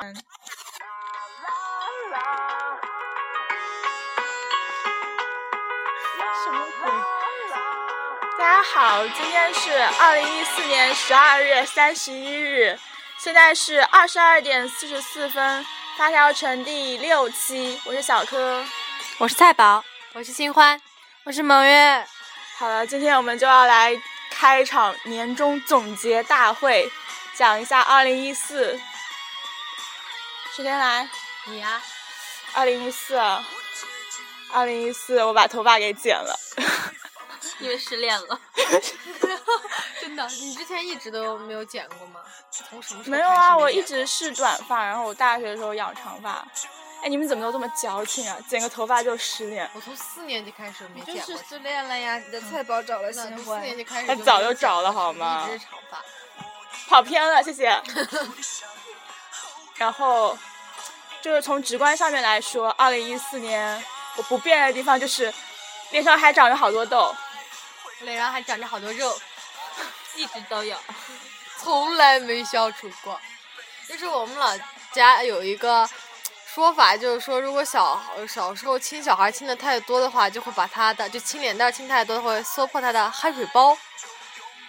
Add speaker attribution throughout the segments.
Speaker 1: 山。什么鬼？大家好，今天是二零一四年十二月三十一日，现在是二十二点四十四分，发条城第六期，我是小柯。
Speaker 2: 我是菜宝，我是新欢，我是蒙月。
Speaker 1: 好了，今天我们就要来开一场年终总结大会，讲一下二零一四。谁先来？
Speaker 2: 你啊，
Speaker 1: 二零一四，二零一四，我把头发给剪 了。
Speaker 2: 因为失恋了。真的，你之前一直都没有剪过吗？从什么时候
Speaker 1: 没有啊，
Speaker 2: 开始
Speaker 1: 我
Speaker 2: 剪
Speaker 1: 一直是短发，然后我大学的时候养长发。哎，你们怎么都这么矫情啊？剪个头发就失恋，
Speaker 2: 我从四年级开始没剪过，
Speaker 3: 失恋了呀！你的菜包找了
Speaker 2: 真的从四年级开始
Speaker 1: 他
Speaker 2: 没
Speaker 1: 早就
Speaker 2: 有剪
Speaker 1: 找了
Speaker 2: 过
Speaker 1: 好吗
Speaker 2: 一直是长发，
Speaker 1: 跑偏了，谢 谢。然后，就是从直观上面来说，二零一四年我不变的地方就是脸上还长着好多痘，
Speaker 2: 脸上还长着好多肉，
Speaker 3: 一直都有。
Speaker 2: 从来没消除过。就是我们老家有一个说法，就是说，如果小小时候亲小孩亲的太多的话，就会把他的就亲脸蛋儿亲太多，会搜破他的汗水包。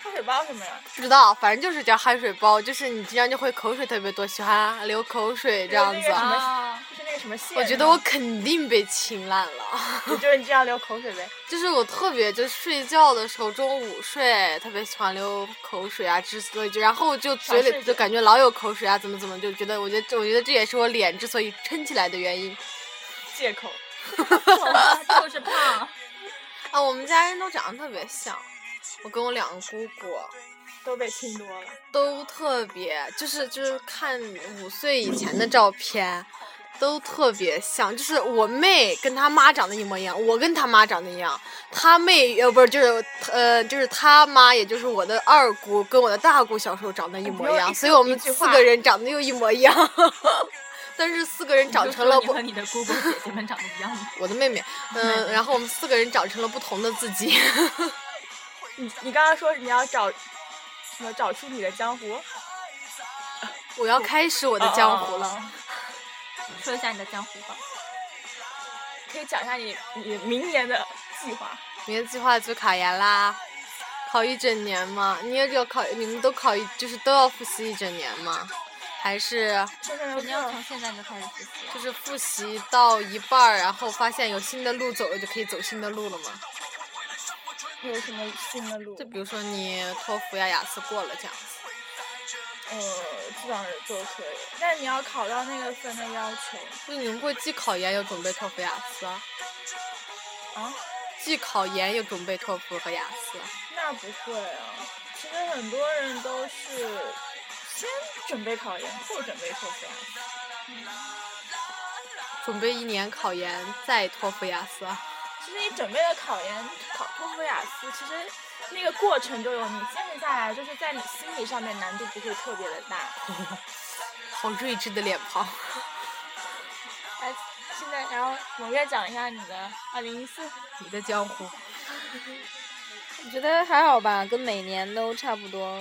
Speaker 1: 汗水包什么呀？
Speaker 2: 不知道，反正就是叫汗水包，就是你经常就会口水特别多，喜欢流口水这样
Speaker 1: 那
Speaker 2: 子
Speaker 1: 个。什么
Speaker 3: 啊，
Speaker 1: 就是那个什么线。
Speaker 2: 我觉得我肯定被亲烂了，
Speaker 1: 我就是你这样流口水呗。
Speaker 2: 就是我特别就睡觉的时候，中午睡特别喜欢流口水啊之所以就，然后就嘴
Speaker 1: 想睡
Speaker 2: 里
Speaker 1: 着
Speaker 2: 就感觉老有口水啊，怎么怎么就觉得，我觉得这我觉得这也是我脸之所以撑起来的原因
Speaker 1: 借口。
Speaker 3: 就是胖。
Speaker 2: 啊。我们家人都长得特别像，我跟我两个姑姑，
Speaker 1: 都被亲多了。
Speaker 2: 都特别，就是就是看五岁以前的照片，都特别像。就是我妹跟她妈长得一模一样，我跟她妈长得一样，她妹呃不是就是呃就是她妈，也就是我的二姑跟我的大姑小时候长得一模一
Speaker 1: 哎你不要一
Speaker 2: 样，
Speaker 1: 直
Speaker 2: 所以我们
Speaker 1: 一句
Speaker 2: 四
Speaker 1: 话
Speaker 2: 个人长得又一模一样。 但是四个人长成了
Speaker 3: 你
Speaker 2: 不
Speaker 3: 和你的姑姑姐姐们长得一样吗？
Speaker 2: 我的妹 妹，嗯、然后我们四个人长成了不同的自己。
Speaker 1: 你你刚刚说你要找什么？找出你的江湖？
Speaker 2: 我要开始我
Speaker 1: 我
Speaker 2: 的江湖
Speaker 1: 哦
Speaker 2: 了。
Speaker 3: 说一下你的江湖吧。
Speaker 1: 可以讲一下你你明年的计划。
Speaker 2: 明年计划就考研啦，考一整年嘛。你也要考，你们都考一，就是都要复习一整年嘛？还是
Speaker 3: 肯定要从现在就开始学习啊。
Speaker 2: 就是复习到一半儿，然后发现有新的路走了，就可以走新的路了嘛？
Speaker 1: 有什么新的路
Speaker 2: 就比如说你托福呀、雅思过了这样子。
Speaker 1: 呃，基本上就可以。但你要考到那个分的要求
Speaker 2: 那你们会既考研又准备托福、雅思啊？
Speaker 1: 啊？
Speaker 2: 既考研又准备托福和雅思啊？
Speaker 1: 那不会啊。其实很多人都是先准备考研，后准备托福啊。
Speaker 2: 准备一年考研，再托福、雅思啊？
Speaker 1: 其实你准备了考研、考托福、雅思，其实那个过程就有你坚持下来，就是在你心理上面难度不会特别的大。
Speaker 2: 好睿智的脸庞。
Speaker 1: 哎，现在然后我再讲一下你的二零一四，
Speaker 2: 你的江湖，
Speaker 4: 我觉得还好吧，跟每年都差不 多。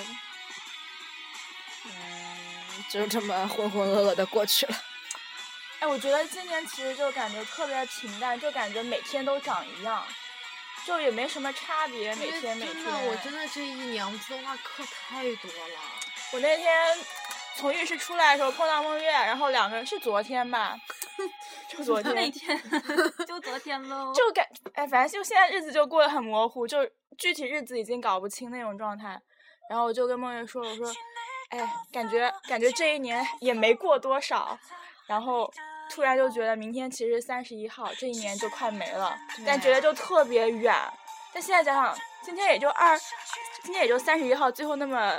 Speaker 4: 嗯，就这么浑浑噩噩的过去了。
Speaker 1: 哎，我觉得今年其实就感觉特别平淡，就感觉每天都长一样，就也没什么差别，每天每
Speaker 2: 真
Speaker 1: 天。
Speaker 2: 的，我真的这一年我自动化课太多了。
Speaker 1: 我那天从浴室出来的时候碰到孟月，然后两个人是昨天 吧，就昨天
Speaker 3: 那天 就昨天喽。
Speaker 1: 就感哎，反正就现在日子就过得很模糊，就具体日子已经搞不清那种状态。然后我就跟梦月说：“我说，哎，感觉感觉这一年也没过多少。”然后突然就觉得明天其实三十一号，这一年就快没了，但觉得就特别远。但现在想想，今天也就二，今天也就三十一号，最后那么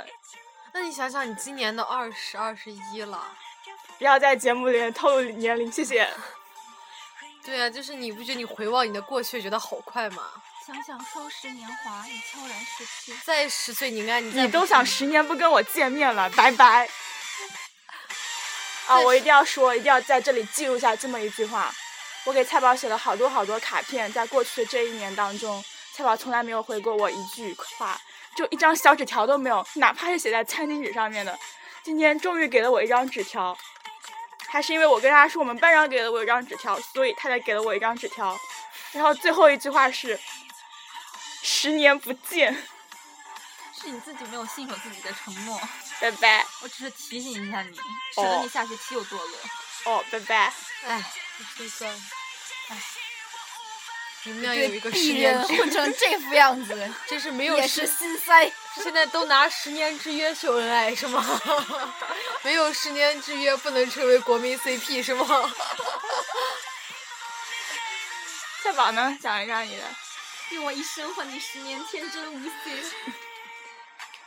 Speaker 2: 那你想想，你今年都二十二十一了，
Speaker 1: 不要在节目里透露年龄，谢谢。
Speaker 2: 对啊，就是你不觉得你回望你的过去，觉得好快吗？
Speaker 3: 想想双十年华，你悄然逝去。
Speaker 2: 再十岁，你看你再
Speaker 1: 你
Speaker 2: 不
Speaker 1: 都想十年不跟我见面了，拜拜。啊，我一定要说，一定要在这里记录下这么一句话。我给菜宝写了好多好多卡片，在过去的这一年当中，菜宝从来没有回过我一句话，就一张小纸条都没有，哪怕是写在餐巾纸上面的。今天终于给了我一张纸条，还是因为我跟他说我们班长给了我一张纸条，所以他才给了我一张纸条。然后最后一句话是“十年不见，
Speaker 3: 是你自己没有信守自己的承诺，
Speaker 1: 拜拜
Speaker 3: 我只是提醒一下你，省得
Speaker 1: 哦
Speaker 3: 你下学期又堕落。”，
Speaker 1: 哦，拜拜。
Speaker 2: 哎，心酸，哎，你们俩有
Speaker 4: 对
Speaker 2: 一个十
Speaker 4: 鄙
Speaker 2: 年
Speaker 4: 人
Speaker 2: 之，
Speaker 4: 混 成这副样子，
Speaker 2: 真是没有
Speaker 4: 也
Speaker 2: 十
Speaker 4: 是心塞。
Speaker 2: 现在都拿十年之约秀恩爱是吗？ 没有十年之约不能成为国民 CP 是吗？
Speaker 1: 夏宝呢？讲一下你的。
Speaker 3: 用我一生换你十年天真无 邪，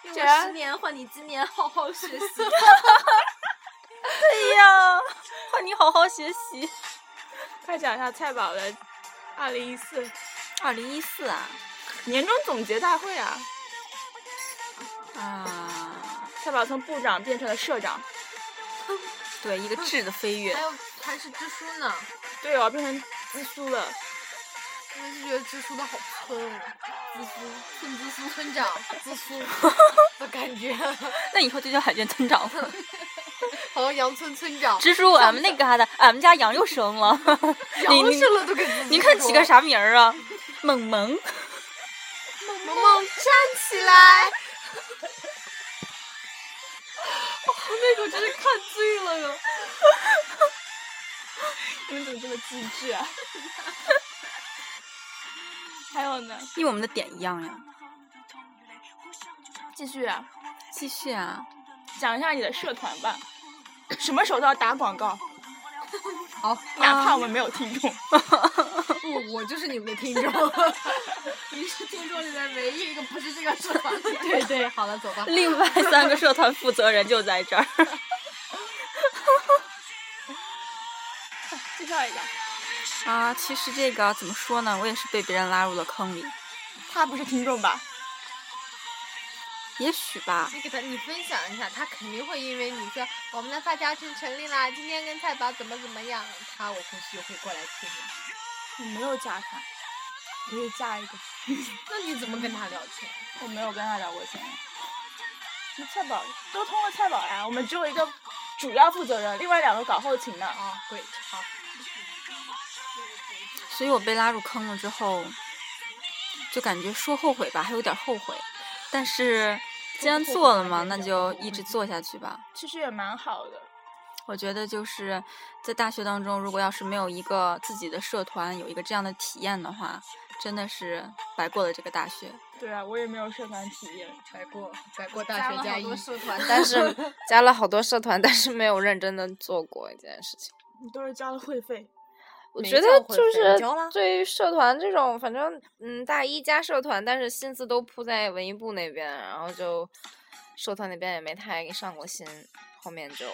Speaker 3: 用
Speaker 1: 这
Speaker 3: 我十年换你今年好好学习。
Speaker 4: 对呀， 换你好好学习。
Speaker 1: 快讲一下蔡宝的二零一四
Speaker 3: 二零一四啊
Speaker 1: 年终总结大会啊！
Speaker 3: 啊，
Speaker 1: 蔡宝从部长变成了社长，
Speaker 3: 对，一个质的飞跃
Speaker 2: 还。
Speaker 4: 嗯
Speaker 2: 有还是支书呢，
Speaker 1: 对哦，变成支书了。
Speaker 2: 我是觉得支书的好村哦，支书村支书村长支 书的感觉，
Speaker 4: 那以后就叫海淀村 长了。
Speaker 2: 好像杨村村长，
Speaker 4: 支书，俺们那嘎达，俺们家羊又生 了。
Speaker 2: 杨
Speaker 4: 你你
Speaker 2: 生了都给自己
Speaker 4: 你看起个
Speaker 2: 说
Speaker 4: 啥名儿啊？萌萌，
Speaker 2: 萌萌站起来！哦，那种真是看醉了哟。
Speaker 1: 你们怎么这么机智啊？ 还有呢？
Speaker 4: 因为我们的点一样呀。
Speaker 1: 继续啊，
Speaker 4: 继续啊。
Speaker 1: 讲一下你的社团吧。什么时候都要打广告，
Speaker 4: 好，啊
Speaker 1: 哪怕我们没有听众。
Speaker 2: 不，我就是你们的听众。 你是听众里面唯一一个不是这个社团的。 对对，好了，走吧。
Speaker 4: 另外三个社团负责人就在这儿。
Speaker 1: 介绍一下，
Speaker 4: 啊，其实这个怎么说呢，我也是被别人拉入了坑里，
Speaker 1: 他不是听众吧？
Speaker 4: 也许吧。
Speaker 2: 你给他，你分享一下，他肯定会因为你说我们的发家群成立啦，今天跟菜宝怎么怎么样，他我估计会过来听的。
Speaker 1: 我没有加他，我也加一个。
Speaker 2: 那你怎么跟他聊天？
Speaker 1: 我没有跟他聊过天。那蔡宝都通过蔡宝呀，我们只有一个主要负责人，另外两个搞后勤的。
Speaker 2: 啊、鬼好，
Speaker 4: 所以我被拉入坑了之后，就感觉说后悔吧，还有点后悔。但是既然做了嘛，那就一直做下去吧。
Speaker 1: 其实也蛮好的，
Speaker 4: 我觉得就是在大学当中，如果要是没有一个自己的社团，有一个这样的体验的话，真的是白过了这个大学。
Speaker 1: 对啊，我也没有社团体验。
Speaker 2: 白过 白过
Speaker 3: 加
Speaker 2: 大
Speaker 3: 了
Speaker 2: 学加
Speaker 3: 好
Speaker 2: 一
Speaker 3: 多。社 团，
Speaker 4: 但是加了好多社团，但是没有认真的做过一件事情。
Speaker 1: 你都是交了会费，
Speaker 4: 我
Speaker 2: 没
Speaker 4: 觉得
Speaker 2: 教会
Speaker 4: 就
Speaker 2: 费你
Speaker 4: 是
Speaker 2: 教了
Speaker 4: 对于社团这种，反正嗯，大一加社团，但是心思都扑在文艺部那边，然后就社团那边也没太上过心，后面就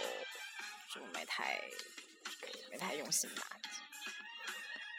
Speaker 4: 就没太没太用心吧。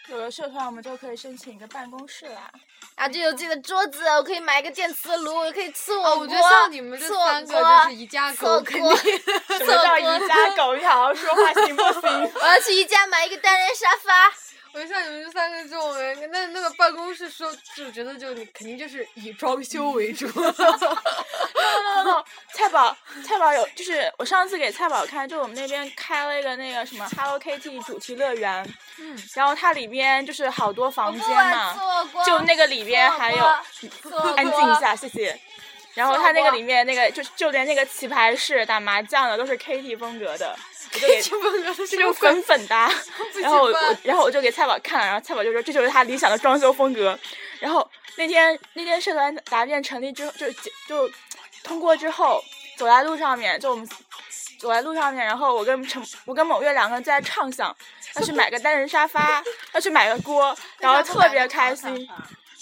Speaker 1: 有了社团我们就可以申请一个办公室啦。
Speaker 4: 啊，就有自己的桌子，我可以买一个电磁炉，我可以吃火锅。
Speaker 2: 哦，我觉得像你们这
Speaker 4: 吃火
Speaker 2: 三个
Speaker 4: 锅
Speaker 2: 就是宜家
Speaker 4: 吃火
Speaker 2: 狗，肯
Speaker 4: 锅
Speaker 2: 定
Speaker 1: 什么叫宜家狗？你好好说话行不行？
Speaker 4: 我要去宜家买一个单人沙发。
Speaker 2: 我就像你们这三个这种人，那那个办公室说，就觉得就你肯定就是以装修为主。
Speaker 1: no no no，菜宝菜宝有，就是我上次给菜宝看，就我们那边开了一个那个什么 Hello Kitty 主题乐园，嗯，然后它里面就是好多房间嘛，就那个里边还有， 安静一下，谢谢。然后它那个里面那个就就连那个棋牌室打麻将的都是 Kitty 风格的，我就给。
Speaker 2: 听风格的
Speaker 1: 这
Speaker 2: 是
Speaker 1: 就是粉粉哒、
Speaker 2: 不
Speaker 1: 然后我
Speaker 2: 喜欢
Speaker 1: 我然后我就给蔡宝看了，然后蔡宝就说这就是他理想的装修风格。然后那天那天社团答辩成立之后，就就就通过之后，走在路上面，就我们走在路上面，然后我跟陈我跟某月两个人在畅想，要去买个单人沙发，要去买个锅，然后特别开心。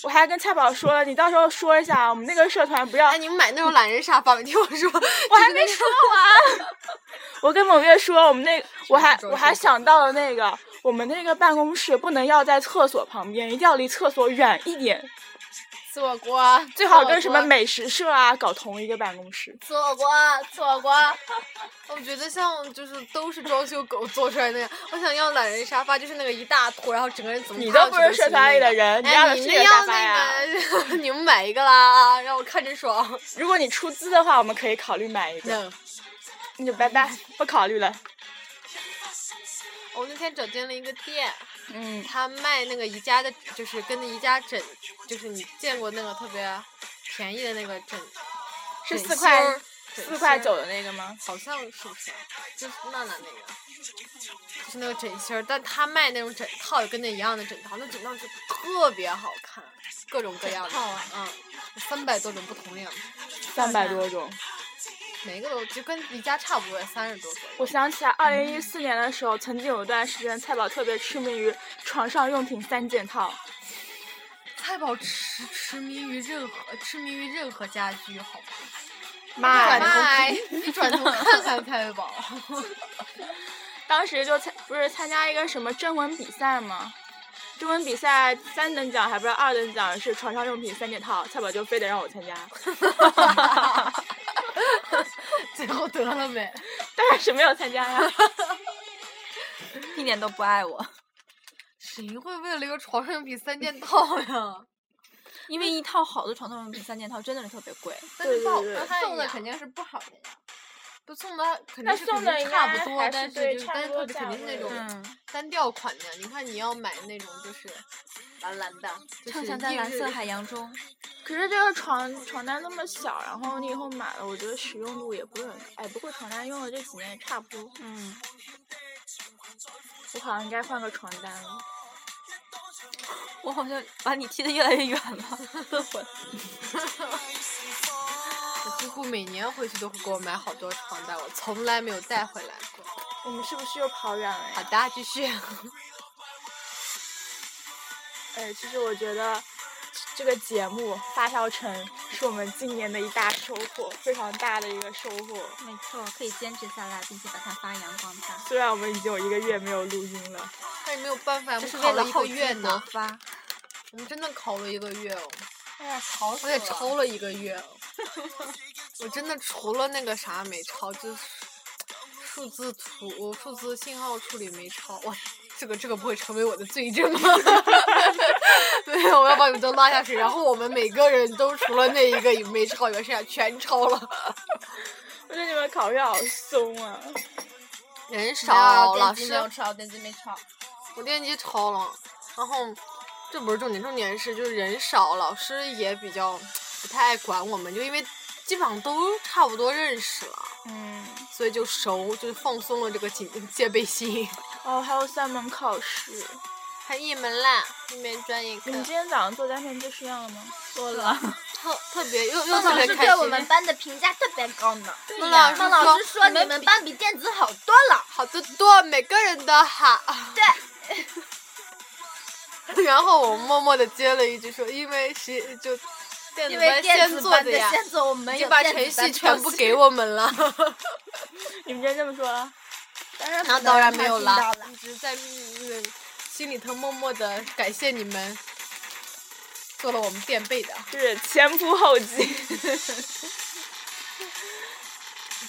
Speaker 1: 我还跟蔡宝说了，你到时候说一下，我们那个社团不要
Speaker 2: 哎，你们买那种懒人沙发吧，你 听我说，
Speaker 1: 我还没说完。 我跟某月说，我们那我还
Speaker 2: 装修
Speaker 1: 我还想到了那个，我们那个办公室不能要在厕所旁边，一定要离厕所远一点，
Speaker 2: 吃火锅，
Speaker 1: 最好跟什么美食社啊搞同一个办公室。
Speaker 2: 吃火锅，吃火锅。 我觉得像就是都是装修狗做出来那样，我想要懒人沙发，就是那个一大坨，然后整个人怎么
Speaker 1: 你
Speaker 2: 趴
Speaker 1: 都
Speaker 2: 着
Speaker 1: 不
Speaker 2: 都
Speaker 1: 是社团里的人，你要
Speaker 2: 哎，
Speaker 1: 的
Speaker 2: 你
Speaker 1: 是
Speaker 2: 们
Speaker 1: 沙
Speaker 2: 要
Speaker 1: 发呀。
Speaker 2: 那个， 你们买一个啦，让我看 着爽。
Speaker 1: 如果你出资的话，我们可以考虑买一个。
Speaker 2: 能，
Speaker 1: 那就拜拜，不考虑了。
Speaker 2: 我那天整进了一个店，
Speaker 1: 嗯，
Speaker 2: 他卖那个宜家的，就是跟那宜家枕，就是你见过那个特别便宜的那个枕，
Speaker 1: 是
Speaker 2: 枕
Speaker 1: 四块
Speaker 2: 芯儿
Speaker 1: 四块，九
Speaker 2: 枕
Speaker 1: 的
Speaker 2: 芯儿
Speaker 1: 那个吗？
Speaker 2: 好像是不是？就是娜娜那个，就是那个枕芯儿，但他卖那种枕套，跟那一样的枕套，那枕套就特别好看，各种各样的，
Speaker 3: 套啊
Speaker 2: 嗯，三百多种不同样，
Speaker 1: 三百多种。
Speaker 2: 每个都就跟宜家差不多，三十多左右。
Speaker 1: 我想起来，二零一四年的时候，曾经有一段时间，菜宝特别痴迷于床上用品三件套。
Speaker 2: 菜宝痴痴迷于任何痴迷于任何家居，好吗？
Speaker 1: 妈
Speaker 2: 转
Speaker 1: 呀！
Speaker 2: 头看，你转头看看菜宝，
Speaker 1: 当时就参不是参加一个什么征文比赛吗？征文比赛三等奖还不是二等奖是床上用品三件套，菜宝就非得让我参加，
Speaker 2: 最后得了没？
Speaker 1: 但是没有参加呀。
Speaker 4: 一点都不爱我，
Speaker 2: 谁会为了一个床上用品三件套 呀？
Speaker 4: 因为一套好的床上用品三件套真的是特别贵，
Speaker 2: 但是不好
Speaker 1: 对对对
Speaker 2: 看呀，
Speaker 4: 送的肯定是不好的呀。
Speaker 2: 不送的肯
Speaker 1: 那
Speaker 2: 定是
Speaker 1: 送
Speaker 2: 肯
Speaker 1: 的
Speaker 2: 定
Speaker 1: 应
Speaker 2: 差
Speaker 1: 该
Speaker 2: 不多
Speaker 1: 还，
Speaker 2: 但
Speaker 1: 是
Speaker 2: 是
Speaker 1: 对
Speaker 2: 就是
Speaker 1: 差
Speaker 2: 但
Speaker 1: 不多
Speaker 2: 是特别肯定是那
Speaker 1: 价
Speaker 2: 种
Speaker 1: 位
Speaker 4: 嗯，
Speaker 2: 单调款的。你看你要买那种就是蓝蓝的，就
Speaker 4: 畅
Speaker 2: 是
Speaker 4: 想在蓝
Speaker 2: 映
Speaker 4: 色
Speaker 2: 日
Speaker 4: 海洋中。
Speaker 1: 可是这个床床单那么小，然后你以后买了，我觉得使用度也不是很……哎，不过床单用了这几年也差不多，
Speaker 4: 嗯，
Speaker 1: 我好像应该换个床单了。
Speaker 4: 我好像把你踢得越来越远了。
Speaker 2: 我姑姑每年回去都会给我买好多床单，我从来没有带回来过。
Speaker 1: 我们是不是又跑远了
Speaker 2: 好
Speaker 1: 呀？
Speaker 2: 的，继续。
Speaker 1: 哎，其实我觉得这个节目发酵成是我们今年的一大收获，非常大的一个收获。
Speaker 3: 没错，可以坚持下来，并且把它发扬光大。
Speaker 1: 虽然我们已经有一个月没有录音了，
Speaker 2: 但是没有办法，我
Speaker 4: 这
Speaker 2: 们
Speaker 4: 是
Speaker 2: 考
Speaker 4: 为了
Speaker 2: 一
Speaker 4: 后
Speaker 2: 个
Speaker 4: 期
Speaker 2: 月
Speaker 4: 的
Speaker 2: 呢，
Speaker 4: 发。
Speaker 2: 我们真的考了一个月哦，
Speaker 1: 哎呀，吵
Speaker 2: 我也抄了一个月哦。我真的除了那个啥没抄，就是数字图、数字信号处理没抄。哇，这个这个不会成为我的罪证吗？ 没有，我要把你们都拉下水。然后我们每个人都除了那一个没抄以外，剩下全抄了。
Speaker 1: 我觉得你们考试好松啊！
Speaker 2: 人
Speaker 4: 啊
Speaker 2: 少，老师
Speaker 4: 抄，电机没抄。
Speaker 2: 我电机抄了，然后这不是重点，重点是就是人少，老师也比较不太爱管我们，就因为基本上都差不多认识了，
Speaker 1: 嗯，
Speaker 2: 所以就熟，就放松了这个警戒备心。
Speaker 1: 哦，还有三门考试，
Speaker 2: 还一门啦，一门专业课
Speaker 1: 你，们今天早上做单篇就这样了吗？
Speaker 2: 做了，特特别又又
Speaker 3: 孟
Speaker 2: 特
Speaker 3: 老
Speaker 2: 别
Speaker 3: 师
Speaker 2: 开
Speaker 3: 对我们
Speaker 2: 心。
Speaker 3: 班的评价特别高呢。
Speaker 2: 孟老师
Speaker 3: 孟老
Speaker 2: 说
Speaker 3: 师说你们班比电子好多了。
Speaker 2: 好的多，每个人都好。对。然后我默默的接了一句说，因为谁就电
Speaker 3: 因
Speaker 2: 子
Speaker 3: 为
Speaker 2: 班
Speaker 3: 电
Speaker 2: 先
Speaker 3: 子
Speaker 2: 做
Speaker 3: 班的
Speaker 2: 呀。
Speaker 3: 先做，我们
Speaker 2: 已经
Speaker 3: 有
Speaker 2: 把
Speaker 3: 电子
Speaker 2: 程序
Speaker 3: 班
Speaker 2: 全部给我们 了，
Speaker 1: 你们今天这么说了？
Speaker 3: 当然
Speaker 2: 那
Speaker 3: 不能
Speaker 2: 当然
Speaker 3: 让
Speaker 2: 没
Speaker 3: 他
Speaker 2: 有
Speaker 3: 听
Speaker 2: 啦
Speaker 3: 到，
Speaker 2: 一直在嗯心里头默默的感谢你们，做了我们垫背的，
Speaker 1: 就是前仆后 继。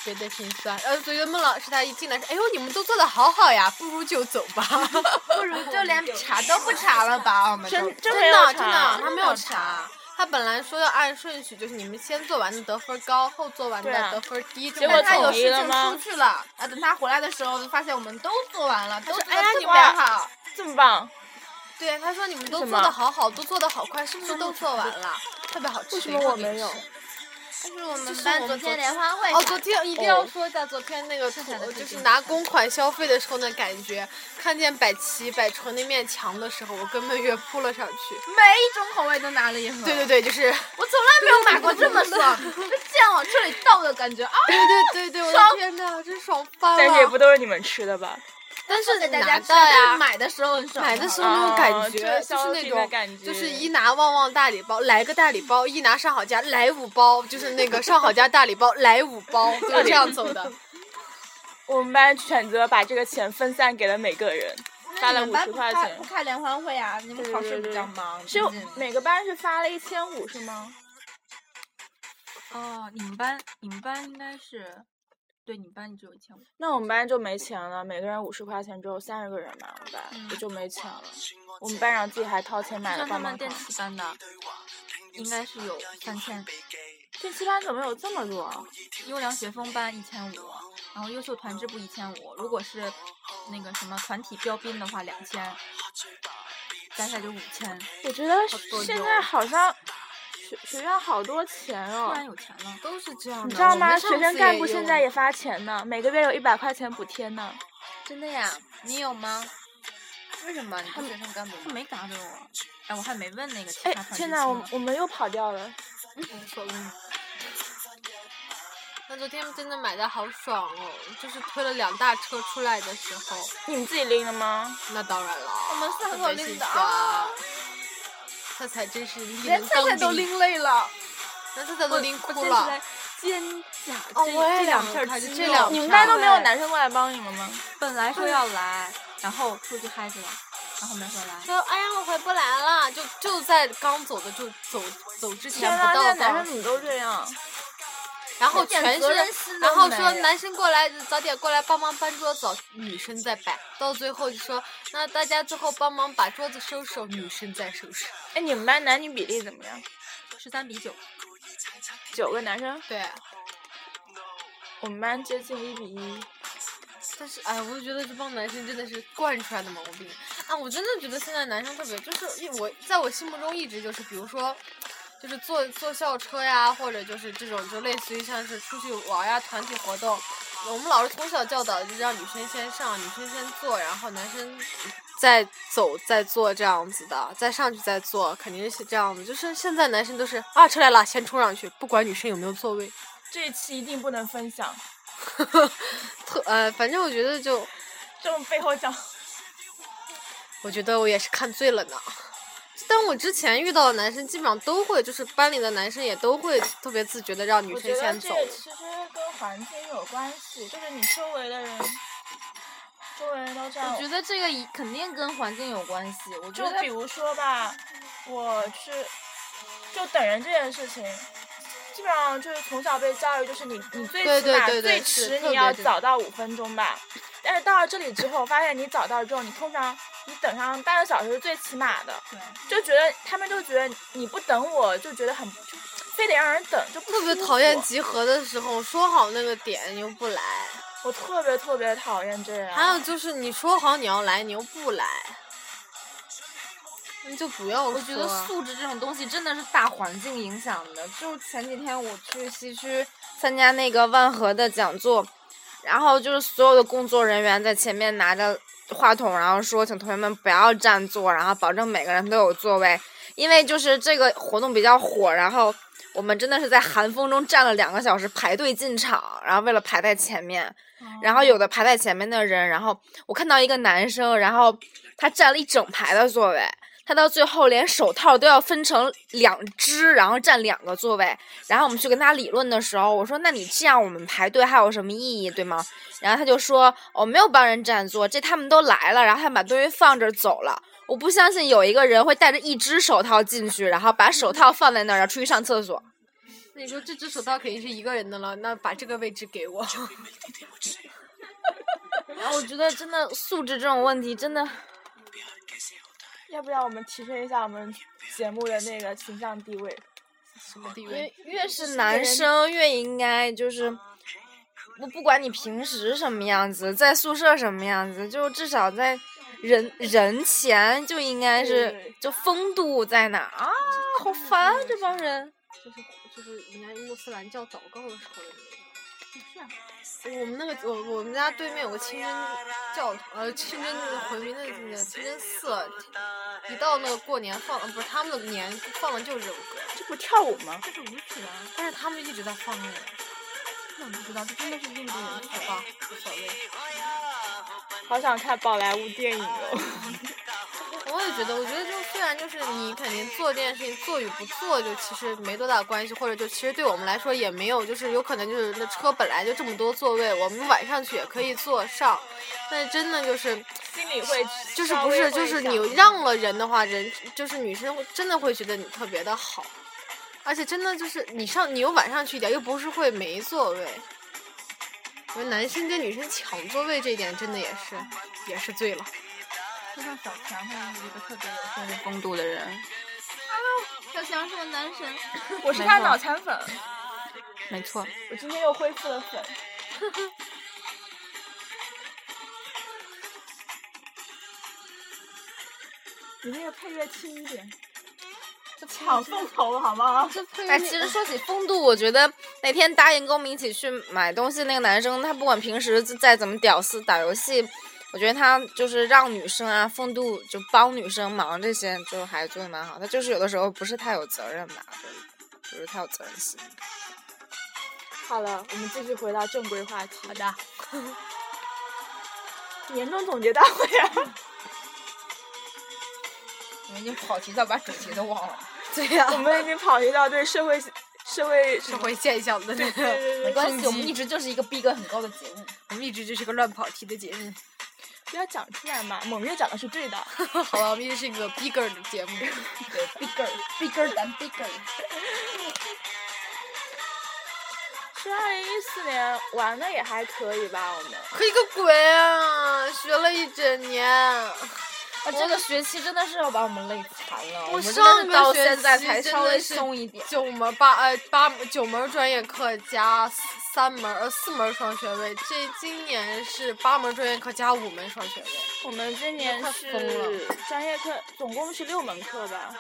Speaker 2: 觉得心酸。呃然后觉得孟老师他一进来说：“哎呦，你们都做的好好呀，不如就走吧。
Speaker 3: 不如就连查都不查了吧，我们
Speaker 1: 真
Speaker 3: 都
Speaker 1: 真没
Speaker 2: 真
Speaker 1: 有
Speaker 2: 的真
Speaker 1: 查
Speaker 2: 的，他没有查。他本来说要按顺序，就是你们先做完的得分高，后做完的
Speaker 1: 对啊
Speaker 2: 得分低。
Speaker 1: 结
Speaker 2: 这
Speaker 1: 果
Speaker 2: 么
Speaker 3: 他有
Speaker 1: 统一
Speaker 3: 事
Speaker 1: 了
Speaker 3: 情
Speaker 1: 吗
Speaker 3: 出去了，啊，等他回来的时候，发现我们都做完了，都做
Speaker 1: 哎呀
Speaker 3: 的特
Speaker 1: 你
Speaker 3: 别
Speaker 1: 们俩
Speaker 3: 好。
Speaker 1: 这么棒，
Speaker 2: 对，他说你们都
Speaker 1: 什
Speaker 2: 做
Speaker 1: 么
Speaker 2: 的好好，都做的好快，是不是都做完了？特别好吃。
Speaker 1: 为什么我没有
Speaker 2: 特别好
Speaker 3: 但是我
Speaker 2: 这
Speaker 3: 们
Speaker 2: 是
Speaker 3: 班
Speaker 2: 我
Speaker 3: 昨
Speaker 2: 们昨
Speaker 3: 天联欢会
Speaker 2: 吃？
Speaker 3: 上
Speaker 2: 哦，昨天一定要
Speaker 1: 哦
Speaker 2: 说一下昨天那个
Speaker 3: 剩下的
Speaker 2: 图，
Speaker 3: 事
Speaker 2: 就是
Speaker 3: 情
Speaker 2: 拿公款消费的时候的感觉。看见百奇百城那面墙的时候，我根本跃扑了上去。
Speaker 3: 每一种口味都拿了一盒。
Speaker 2: 对对对，就是，
Speaker 3: 我从来没有买过这么爽，就见往这里倒的感觉啊！
Speaker 2: 对对对对，我的天哪，真爽翻了！
Speaker 1: 但是也不都是你们吃的吧？
Speaker 2: 但是
Speaker 3: 给大
Speaker 2: 拿
Speaker 3: 家吃，
Speaker 2: 到呀
Speaker 3: 但是买的时候很爽。啊
Speaker 2: 买的时
Speaker 3: 候
Speaker 2: 候那种
Speaker 1: 哦
Speaker 2: 感
Speaker 1: 这
Speaker 2: 觉，
Speaker 1: 个
Speaker 2: 就
Speaker 1: 消
Speaker 2: 是
Speaker 1: 费
Speaker 2: 那
Speaker 1: 的
Speaker 2: 种
Speaker 1: 感觉
Speaker 2: 就是一拿旺旺大礼包，来个大礼包；一拿上好佳，来五包，就是那个上好佳大礼包，来五包，就是这样走的。
Speaker 1: 我们班选择把这个钱分散给了每个人，发哦了五十块钱
Speaker 3: 不。开联欢会啊，你们考试比较忙，
Speaker 1: 是
Speaker 3: 最近
Speaker 1: 每个班是发了一千五是吗？
Speaker 4: 哦，你们班你们班应该是，对，你们班只有一千五。
Speaker 1: 那我们班就没钱了，每个人五十块钱，只有三十个人嘛，我们班、我就没钱了。我们班长自己还掏钱买了
Speaker 4: 像他
Speaker 1: 棒棒
Speaker 4: 们
Speaker 1: 糖
Speaker 4: 电。气班的，应该是有三千。
Speaker 1: 这七班怎么有这么多啊？
Speaker 4: 优良学风班一千五，然后优秀团支部一千五。如果是
Speaker 3: 那个什么团体标兵的话，两千，加起来就五千，
Speaker 4: 哦
Speaker 1: 我觉得
Speaker 3: 多
Speaker 1: 现
Speaker 3: 油
Speaker 1: 在好像学学校好多钱
Speaker 3: 突
Speaker 1: 哦，
Speaker 3: 然有钱了。
Speaker 2: 都是这样的。
Speaker 1: 你知道
Speaker 2: 我们
Speaker 1: 吗？
Speaker 2: 上
Speaker 1: 学生
Speaker 2: 次
Speaker 1: 干
Speaker 2: 也
Speaker 1: 部现
Speaker 2: 有
Speaker 1: 在也发钱呢，每个月有一百块钱补贴呢。
Speaker 4: 真的呀？你有吗？为什么？你不学生干部
Speaker 3: 他
Speaker 4: 吗？
Speaker 3: 没打给我，哎，我还没问那个其
Speaker 1: 哎
Speaker 3: 他，团体
Speaker 1: 天呐，
Speaker 3: 去
Speaker 1: 我
Speaker 3: 呢
Speaker 1: 我们又跑掉了。
Speaker 2: 无所谓。 那昨天真的买的好爽哦，就是推了两大车出来的时候，
Speaker 1: 你们自己拎的吗？
Speaker 2: 那当然了，
Speaker 4: 我们三
Speaker 2: 特
Speaker 4: 个
Speaker 2: 别
Speaker 4: 拎
Speaker 2: 心
Speaker 4: 的
Speaker 2: 酸
Speaker 4: 啊，
Speaker 2: 他才真是拎
Speaker 4: 连菜
Speaker 2: 当
Speaker 4: 菜都
Speaker 2: 兵，
Speaker 4: 拎累 了。
Speaker 2: 连菜菜都拎
Speaker 3: 我
Speaker 2: 哭
Speaker 3: 真是
Speaker 2: 了
Speaker 3: 啊在。肩胛
Speaker 2: 哦
Speaker 3: 这
Speaker 2: 我也
Speaker 3: 这两
Speaker 2: 想
Speaker 3: 片
Speaker 2: 看
Speaker 3: 肌
Speaker 2: 这
Speaker 3: 肉
Speaker 2: 两
Speaker 1: 你 们班
Speaker 2: 片
Speaker 1: 都没有
Speaker 3: 对
Speaker 1: 男生过来帮你们吗？
Speaker 3: 本来说要来，然后出去嗨去了，然后没回来。
Speaker 2: 说哎呀，我回不来了，就就在刚走的就走走之前
Speaker 1: 天呐，
Speaker 4: 啊
Speaker 2: 不
Speaker 1: 现在
Speaker 2: 到
Speaker 1: 男
Speaker 2: 的
Speaker 1: 生，怎么都这样？
Speaker 2: 然后
Speaker 4: 一点
Speaker 2: 全
Speaker 4: 责任
Speaker 2: 是，
Speaker 4: 心
Speaker 2: 然
Speaker 4: 都
Speaker 2: 后
Speaker 4: 没
Speaker 2: 说
Speaker 4: 有
Speaker 2: 男生过来早点过来帮忙搬桌子，女生在摆，到最后就说那大家最后帮忙把桌子收拾，女生在收拾。
Speaker 1: 哎，你们班男女比例怎么样？
Speaker 3: 十三比九，
Speaker 1: 九个男生，
Speaker 2: 对，
Speaker 1: 我们班接近一比一。
Speaker 2: 但是哎，我就觉得这帮男生真的是惯出来的毛病啊！我真的觉得现在男生特别，就是因为我在我心目中一直就是，比如说，就是坐坐校车呀，或者就是这种，就类似于像是出去玩呀、团体活动，我们老师从小教导就是让女生先上，女生先坐，然后男生再走再坐这样子的，再上去再坐，肯定是这样子。就是现在男生都是啊，车来了先冲上去，不管女生有没有座位。
Speaker 1: 这一期一定不能分享，
Speaker 2: 特呃，反正我觉得就，
Speaker 1: 这种背后讲。
Speaker 2: 我觉得我也是看醉了呢。但我之前遇到的男生基本上都会，就是班里的男生也都会特别自觉的让女
Speaker 1: 我
Speaker 2: 生
Speaker 1: 觉得
Speaker 2: 先
Speaker 1: 这
Speaker 2: 走。
Speaker 1: 个其实跟环境有关系，就是你周围的人，周围人都这样
Speaker 4: 我。觉得这个一肯定跟环境有关系。我觉
Speaker 1: 就
Speaker 4: 得
Speaker 1: 比如说吧，我去，就等人这件事情，基本上就是从小被教育，就是你你最
Speaker 2: 对
Speaker 1: 起码
Speaker 2: 对对对
Speaker 1: 最
Speaker 2: 是
Speaker 1: 迟
Speaker 2: 特
Speaker 1: 你
Speaker 2: 别
Speaker 1: 要
Speaker 2: 对
Speaker 1: 早到五分钟吧。但是到了这里之后，发现你早到之后，你通常你等上半个小时是最起码的，
Speaker 3: 对，
Speaker 1: 就觉得他们就觉得你不等我，就觉得很就非得让人等，就不
Speaker 2: 特别
Speaker 1: 舒
Speaker 2: 讨厌
Speaker 1: 服
Speaker 2: 集合的时候，说好那个点你又不来，
Speaker 1: 我特别特别讨厌这样。
Speaker 2: 还有就是你说好你要来，你又不来，那就不要说。
Speaker 4: 我觉得素质这种东西真的是大环境影响的。就是前几天我去西区参加那个万和的讲座，然后就是所有的工作人员在前面拿着话筒，然后说请同学们不要占座，然后保证每个人都有座位，因为就是这个活动比较火，然后。我们真的是在寒风中站了两个小时排队进场，然后为了排在前面，然后有的排在前面的人，然后我看到一个男生，然后他占了一整排的座位，他到最后连手套都要分成两只，然后占两个座位。然后我们去跟他理论的时候，我说：“那你这样我们排队还有什么意义，对吗？”然后他就说：“我、没有帮人占座，这他们都来了，然后他们把东西放这儿走了。”我不相信有一个人会带着一只手套进去，然后把手套放在那儿，然后出去上厕所。
Speaker 2: 那你说这只手套肯定是一个人的了，那把这个位置给我。
Speaker 4: 然后我觉得真的素质这种问题真的
Speaker 1: 要不要我们提升一下我们节目的那个形象地位？
Speaker 2: 什么地
Speaker 4: 越
Speaker 2: 位？
Speaker 4: 越是男生越应该就是，不不管你平时什么样子，在宿舍什么样子，就至少在人人前就应该
Speaker 1: 对对
Speaker 4: 是
Speaker 1: 对
Speaker 4: 就风度在哪儿啊？好烦这帮人。
Speaker 2: 就是就是人家伊斯兰教祷告的时候的那个。
Speaker 3: 是啊，
Speaker 2: 我们那个我我们家对面有个清真教堂，呃，清真回民的那个清真寺，一到那个过年放，呃不是他们的年放的就是这首歌，
Speaker 1: 这不跳舞吗？
Speaker 3: 这是舞曲啊，
Speaker 2: 但是他们一直在放那个，
Speaker 3: 这我不知道，这真的是印度人
Speaker 2: 好吧，无所谓。
Speaker 1: 好想看宝莱坞电影哦！
Speaker 2: 我也觉得，我觉得就虽然就是你肯定做这件事情做与不做，就其实没多大关系，或者就其实对我们来说也没有，就是有可能就是那车本来就这么多座位，我们晚上去也可以坐上，但是真的就是。
Speaker 1: 心里 会
Speaker 2: 就是
Speaker 1: 稍
Speaker 2: 不
Speaker 1: 微
Speaker 2: 是
Speaker 1: 会
Speaker 2: 就是
Speaker 1: 想
Speaker 2: 你让了人的话，人就是女生会真的会觉得你特别的好，而且真的就是你上你又晚上去一点，又不是会没座位。我觉得男生跟女生抢座位这一点真的也是也是醉了。
Speaker 3: 就像小强他是一个特别有趣的。
Speaker 4: 风度的人，
Speaker 3: 小强是我男神，
Speaker 1: 我是他脑残粉，
Speaker 4: 没错。
Speaker 1: 我今天又恢复了粉。 你那个配乐轻一点，抢风头好吗？
Speaker 2: 这配
Speaker 4: 哎，其实说起风度，我觉得那天答应跟我们一起去买东西那个男生，他不管平时再怎么屌丝打游戏，我觉得他就是让女生啊风度就帮女生忙这些，就还做的蛮好。他就是有的时候不是太有责任吧，就是不是太有责任心。
Speaker 1: 好了，我们继续回到正规话题。好的。年终总结大会啊！
Speaker 3: 你们已经跑题到把主题都忘了，
Speaker 2: 对呀、
Speaker 1: 我们已经跑题到对社会社会
Speaker 2: 社会现象的那
Speaker 1: 对
Speaker 2: 个，
Speaker 1: 对
Speaker 3: 没
Speaker 1: 对，
Speaker 3: 关系，我们一直就是一个逼格很高的节目。
Speaker 2: 我们一直就是个乱跑题的节目。
Speaker 1: 不 要讲出来嘛！猛越讲的是 对的。
Speaker 2: 好吧，我们这是一个 bigger 的 节目。
Speaker 3: 对，bigger bigger than bigger。
Speaker 1: 是二零一四年玩的也还可以吧，我们。
Speaker 2: 可以个鬼啊！学了一整年，
Speaker 3: 啊，这个学期真的是要把我们累残了。
Speaker 2: 哎我
Speaker 3: 我们真
Speaker 2: 上
Speaker 3: 的
Speaker 2: 个
Speaker 3: 到
Speaker 2: 学
Speaker 3: 现在
Speaker 2: 期
Speaker 3: 才
Speaker 2: 真
Speaker 3: 稍
Speaker 2: 的
Speaker 3: 微
Speaker 2: 是
Speaker 3: 松一点。
Speaker 2: 九门八呃八门九门专业课加四三门呃四门双学位，这今年是八门专业课加五门双学位。
Speaker 1: 我们今年
Speaker 3: 快疯
Speaker 1: 是
Speaker 3: 了
Speaker 1: 专业课，总共是六门课吧。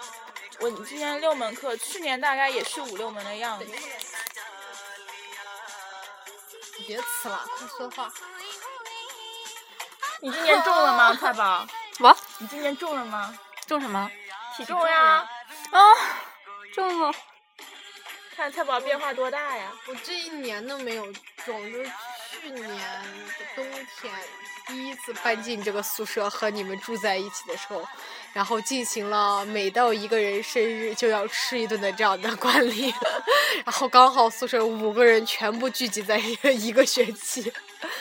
Speaker 1: 我今年六门课，去年大概也是五六门的样子。
Speaker 2: 你别呲了，快说话。
Speaker 1: 你今年重了吗，快宝？
Speaker 4: 我
Speaker 1: 你今年重了吗？
Speaker 4: 中什么？
Speaker 1: 体重呀，哦
Speaker 4: 啊，中了。
Speaker 1: 看菜宝变化多大呀！
Speaker 2: 我这一年都没有中，就是去年的冬天第一次搬进这个宿舍和你们住在一起的时候，然后进行了每到一个人生日就要吃一顿的这样的惯例， 然后刚好宿舍五个人全部聚集在一个一个学期，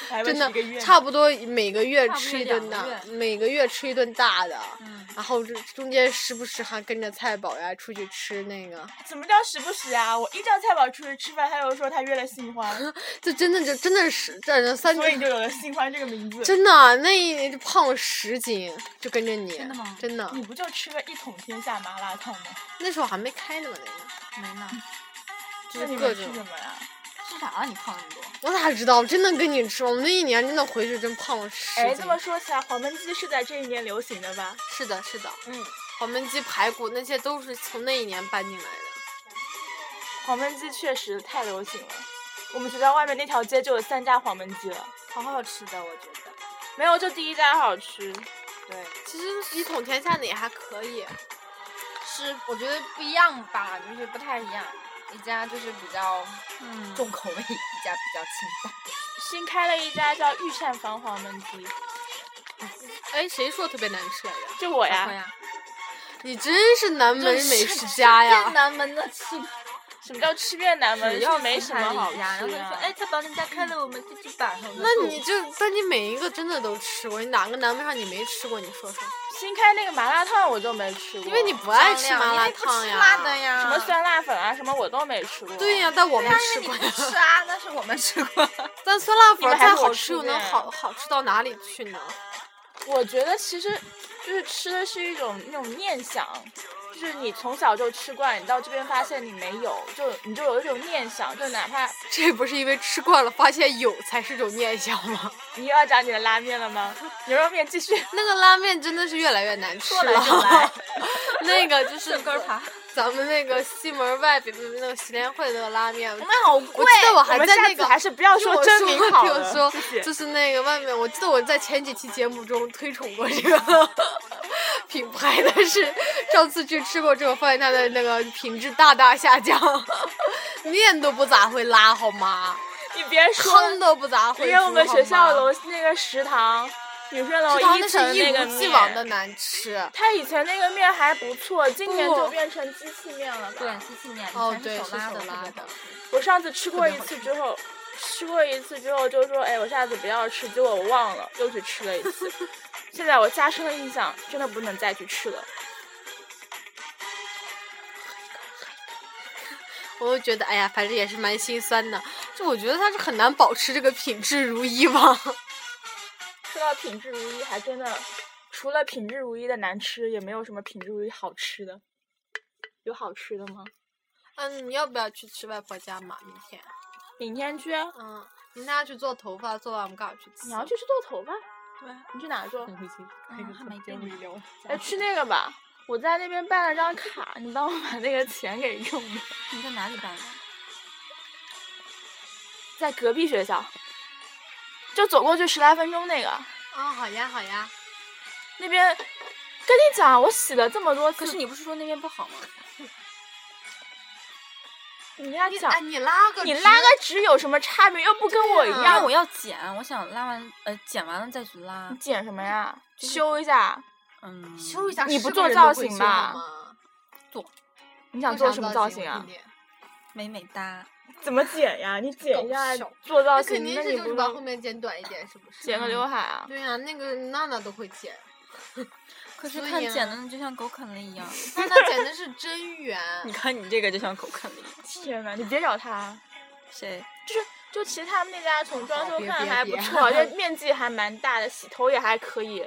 Speaker 1: 还不
Speaker 2: 真
Speaker 1: 是
Speaker 2: 的
Speaker 1: 一个月呢
Speaker 2: 差不多每个月
Speaker 3: 差不多
Speaker 2: 吃一顿
Speaker 3: 两个
Speaker 2: 大，每个月吃一顿大的。
Speaker 3: 嗯，
Speaker 2: 然后这中间时不时还跟着菜宝呀出去吃那个，
Speaker 1: 什么叫时不时啊？我一叫菜宝出去吃饭，他又说他约了新欢，
Speaker 2: 这真的就真的是这三
Speaker 1: 所以就有了新欢这个名字。
Speaker 2: 真的，那一年就胖了十斤，就跟着你。真
Speaker 3: 的吗嗯
Speaker 2: 真的，
Speaker 1: 你不就吃了一桶天下麻辣烫吗？
Speaker 2: 那时候还没开呢嘛，那个。嗯
Speaker 3: 没呢。
Speaker 2: 就
Speaker 1: 那
Speaker 2: 是
Speaker 1: 你
Speaker 2: 各
Speaker 1: 们
Speaker 2: 种
Speaker 1: 吃什么呀？
Speaker 3: 是啥？你胖那么多？
Speaker 2: 我哪知道？真的跟你吃吗？我那一年真的回去真胖了十斤。
Speaker 1: 哎，这么说起来，黄焖鸡是在这一年流行的吧？
Speaker 2: 是的，是的，
Speaker 1: 嗯，
Speaker 2: 黄焖鸡、排骨那些都是从那一年搬进来的。
Speaker 1: 黄焖鸡确实太流行了。我们学校外面那条街就有三家黄焖鸡了，
Speaker 3: 好好吃的，我觉得。
Speaker 1: 没有就第一家好吃。
Speaker 3: 对，
Speaker 2: 其实一统天下的也还可以，
Speaker 4: 是我觉得不一样吧，就是不太一样。一家就是比较
Speaker 2: 嗯
Speaker 3: 重口味，一家比较清淡。
Speaker 1: 新开了一家叫御膳房黄焖鸡，
Speaker 2: 哎，谁说特别难吃来着？
Speaker 1: 就我
Speaker 3: 好
Speaker 1: 呀。
Speaker 3: 呀，
Speaker 2: 你真是南门
Speaker 3: 就是
Speaker 2: 美食家呀！
Speaker 3: 南门的吃
Speaker 1: 什么叫吃遍南门？
Speaker 3: 只要
Speaker 1: 是没什么好吃、啊。
Speaker 3: 然后他说：“哎，，他把人家开了，我们自己摆。”
Speaker 2: 那你就，但你每一个真的都吃过，你哪个南门上你没吃过？你说说，
Speaker 1: 新开那个麻辣烫我就没吃过，
Speaker 2: 因为你不爱吃麻辣烫呀。
Speaker 4: 哎辣的呀，
Speaker 1: 什么酸辣粉啊什么我都没吃过。
Speaker 2: 对呀、但我没吃过呀。
Speaker 4: 吃啊，但是我们吃过。
Speaker 2: 但酸辣
Speaker 1: 你
Speaker 2: 粉
Speaker 1: 们
Speaker 2: 儿
Speaker 1: 还
Speaker 2: 再
Speaker 1: 给我
Speaker 2: 好
Speaker 1: 吃
Speaker 2: 吃，又
Speaker 1: 的
Speaker 2: 能
Speaker 1: 呀
Speaker 2: 好好吃到哪里去呢？
Speaker 1: 我觉得其实就是吃的是一种那种念想，就是你从小就吃惯，你到这边发现你没有，就你就有一种念想，就哪怕
Speaker 2: 这不是因为吃惯了发现有才是种念想吗？
Speaker 1: 你又要讲你的拉面了吗？牛肉面继续，
Speaker 2: 那个拉面真的是越来越难吃
Speaker 1: 说来就
Speaker 2: 了
Speaker 1: 来。
Speaker 2: 那个就是
Speaker 3: 根儿爬，
Speaker 2: 咱们那个西门外边那个洗联会那个拉面，
Speaker 1: 们好贵
Speaker 2: 我记得我还
Speaker 1: 们
Speaker 2: 在
Speaker 1: 下
Speaker 2: 那
Speaker 1: 次
Speaker 2: 个
Speaker 1: 还是不要
Speaker 2: 听我
Speaker 1: 说真名好
Speaker 2: 听
Speaker 1: 了。
Speaker 2: 我说，
Speaker 1: 谢谢。
Speaker 2: 就是那个外面，我记得我在前几期节目中推崇过这个 品牌，但是上次去吃过之后，发现它的那个品质大大下降，面都不咋会拉好吗？
Speaker 1: 你别说，
Speaker 2: 汤都不咋会煮
Speaker 1: 连我们学校
Speaker 2: 好吗
Speaker 1: 楼那个食堂，女生楼
Speaker 2: 食堂
Speaker 1: 一
Speaker 2: 那
Speaker 1: 层
Speaker 2: 是一
Speaker 1: 个
Speaker 2: 如既往的
Speaker 1: 面。
Speaker 2: 难吃。
Speaker 1: 他以前那个面还不错，今年就
Speaker 2: 不
Speaker 1: 变成机器面了吧？
Speaker 3: 对，西西面，
Speaker 2: 哦
Speaker 3: 你全
Speaker 2: 对
Speaker 3: 是
Speaker 2: 是
Speaker 3: 手拉
Speaker 2: 手
Speaker 3: 的，
Speaker 2: 拉
Speaker 3: 特别
Speaker 2: 的
Speaker 3: 好吃
Speaker 1: 我上次吃过
Speaker 2: 特别
Speaker 1: 一
Speaker 2: 好
Speaker 1: 次
Speaker 2: 吃
Speaker 1: 之后，吃过一次之后就说，哎，我下次不要吃，结果我忘了，又去吃了一 次。现在我加深了印象，真的不能再去吃了。
Speaker 2: 我就觉得，哎呀，反正也是蛮心酸的。就我觉得它是很难保持这个品质如一吧。
Speaker 1: 说到品质如一，还真的，除了品质如一的难吃，也没有什么品质如一好吃的。有好吃的吗？
Speaker 2: 嗯，你要不要去吃外婆家嘛？明天，
Speaker 1: 明天去啊，
Speaker 2: 嗯，明天要去做头发，做完我们刚好去吃。
Speaker 1: 你要去是做头发？
Speaker 3: 对啊，
Speaker 1: 你去哪儿做？
Speaker 5: 回去
Speaker 3: 嗯还没
Speaker 5: 给
Speaker 3: 定
Speaker 5: 你
Speaker 3: 呢
Speaker 5: 聊。
Speaker 1: 哎，去那个吧。我在那边办了张卡，你帮我把那个钱给用了。
Speaker 3: 你在哪里办的？
Speaker 1: 在隔壁学校，就走过去十来分钟那个
Speaker 2: 啊、好呀好呀，
Speaker 1: 那边。跟你讲，我洗了这么多次，
Speaker 3: 可是你不是说那边不好吗？
Speaker 1: 你跟他
Speaker 2: 你
Speaker 1: 讲
Speaker 2: 哎，，你拉个
Speaker 1: 你
Speaker 2: 直
Speaker 1: 拉个直有什么差别？又不跟我一
Speaker 2: 对啊
Speaker 3: 因为
Speaker 1: 样，
Speaker 3: 我要剪，我想拉完呃剪完了再去拉
Speaker 1: 你。剪什么呀？修一下。
Speaker 3: 嗯，
Speaker 2: 修一下，
Speaker 1: 你
Speaker 2: 是
Speaker 1: 不
Speaker 2: 个
Speaker 1: 做
Speaker 2: 人
Speaker 1: 造
Speaker 2: 都会
Speaker 1: 型
Speaker 2: 修好
Speaker 1: 吧
Speaker 2: 吗？
Speaker 1: 你想
Speaker 2: 为
Speaker 1: 做
Speaker 2: 啥
Speaker 1: 什么
Speaker 2: 造
Speaker 1: 型
Speaker 2: 我
Speaker 1: 啊
Speaker 2: 听？听
Speaker 3: 美美哒，
Speaker 1: 怎么剪呀？你剪一下
Speaker 2: 搞笑
Speaker 1: 做造
Speaker 2: 那
Speaker 1: 型，
Speaker 2: 肯定
Speaker 1: 那
Speaker 2: 是
Speaker 1: 你
Speaker 2: 就
Speaker 1: 不
Speaker 2: 是
Speaker 1: 是
Speaker 2: 把后面剪短一点，是不是？嗯
Speaker 1: 剪个刘海啊？
Speaker 2: 对呀、那个娜娜都会剪，
Speaker 3: 可是
Speaker 2: 所
Speaker 3: 看
Speaker 2: 以啊
Speaker 3: 剪的就像狗啃了一样。
Speaker 2: 娜娜剪的是真圆。
Speaker 5: 你看你这个就像狗啃了一样。
Speaker 1: 天呐，你别找他。啊
Speaker 3: 谁？
Speaker 1: 就其实他们那家从装
Speaker 2: 好
Speaker 1: 修
Speaker 2: 别
Speaker 1: 看
Speaker 2: 别
Speaker 1: 还
Speaker 2: 别
Speaker 1: 不错，这面积还蛮大的，洗头也还可以，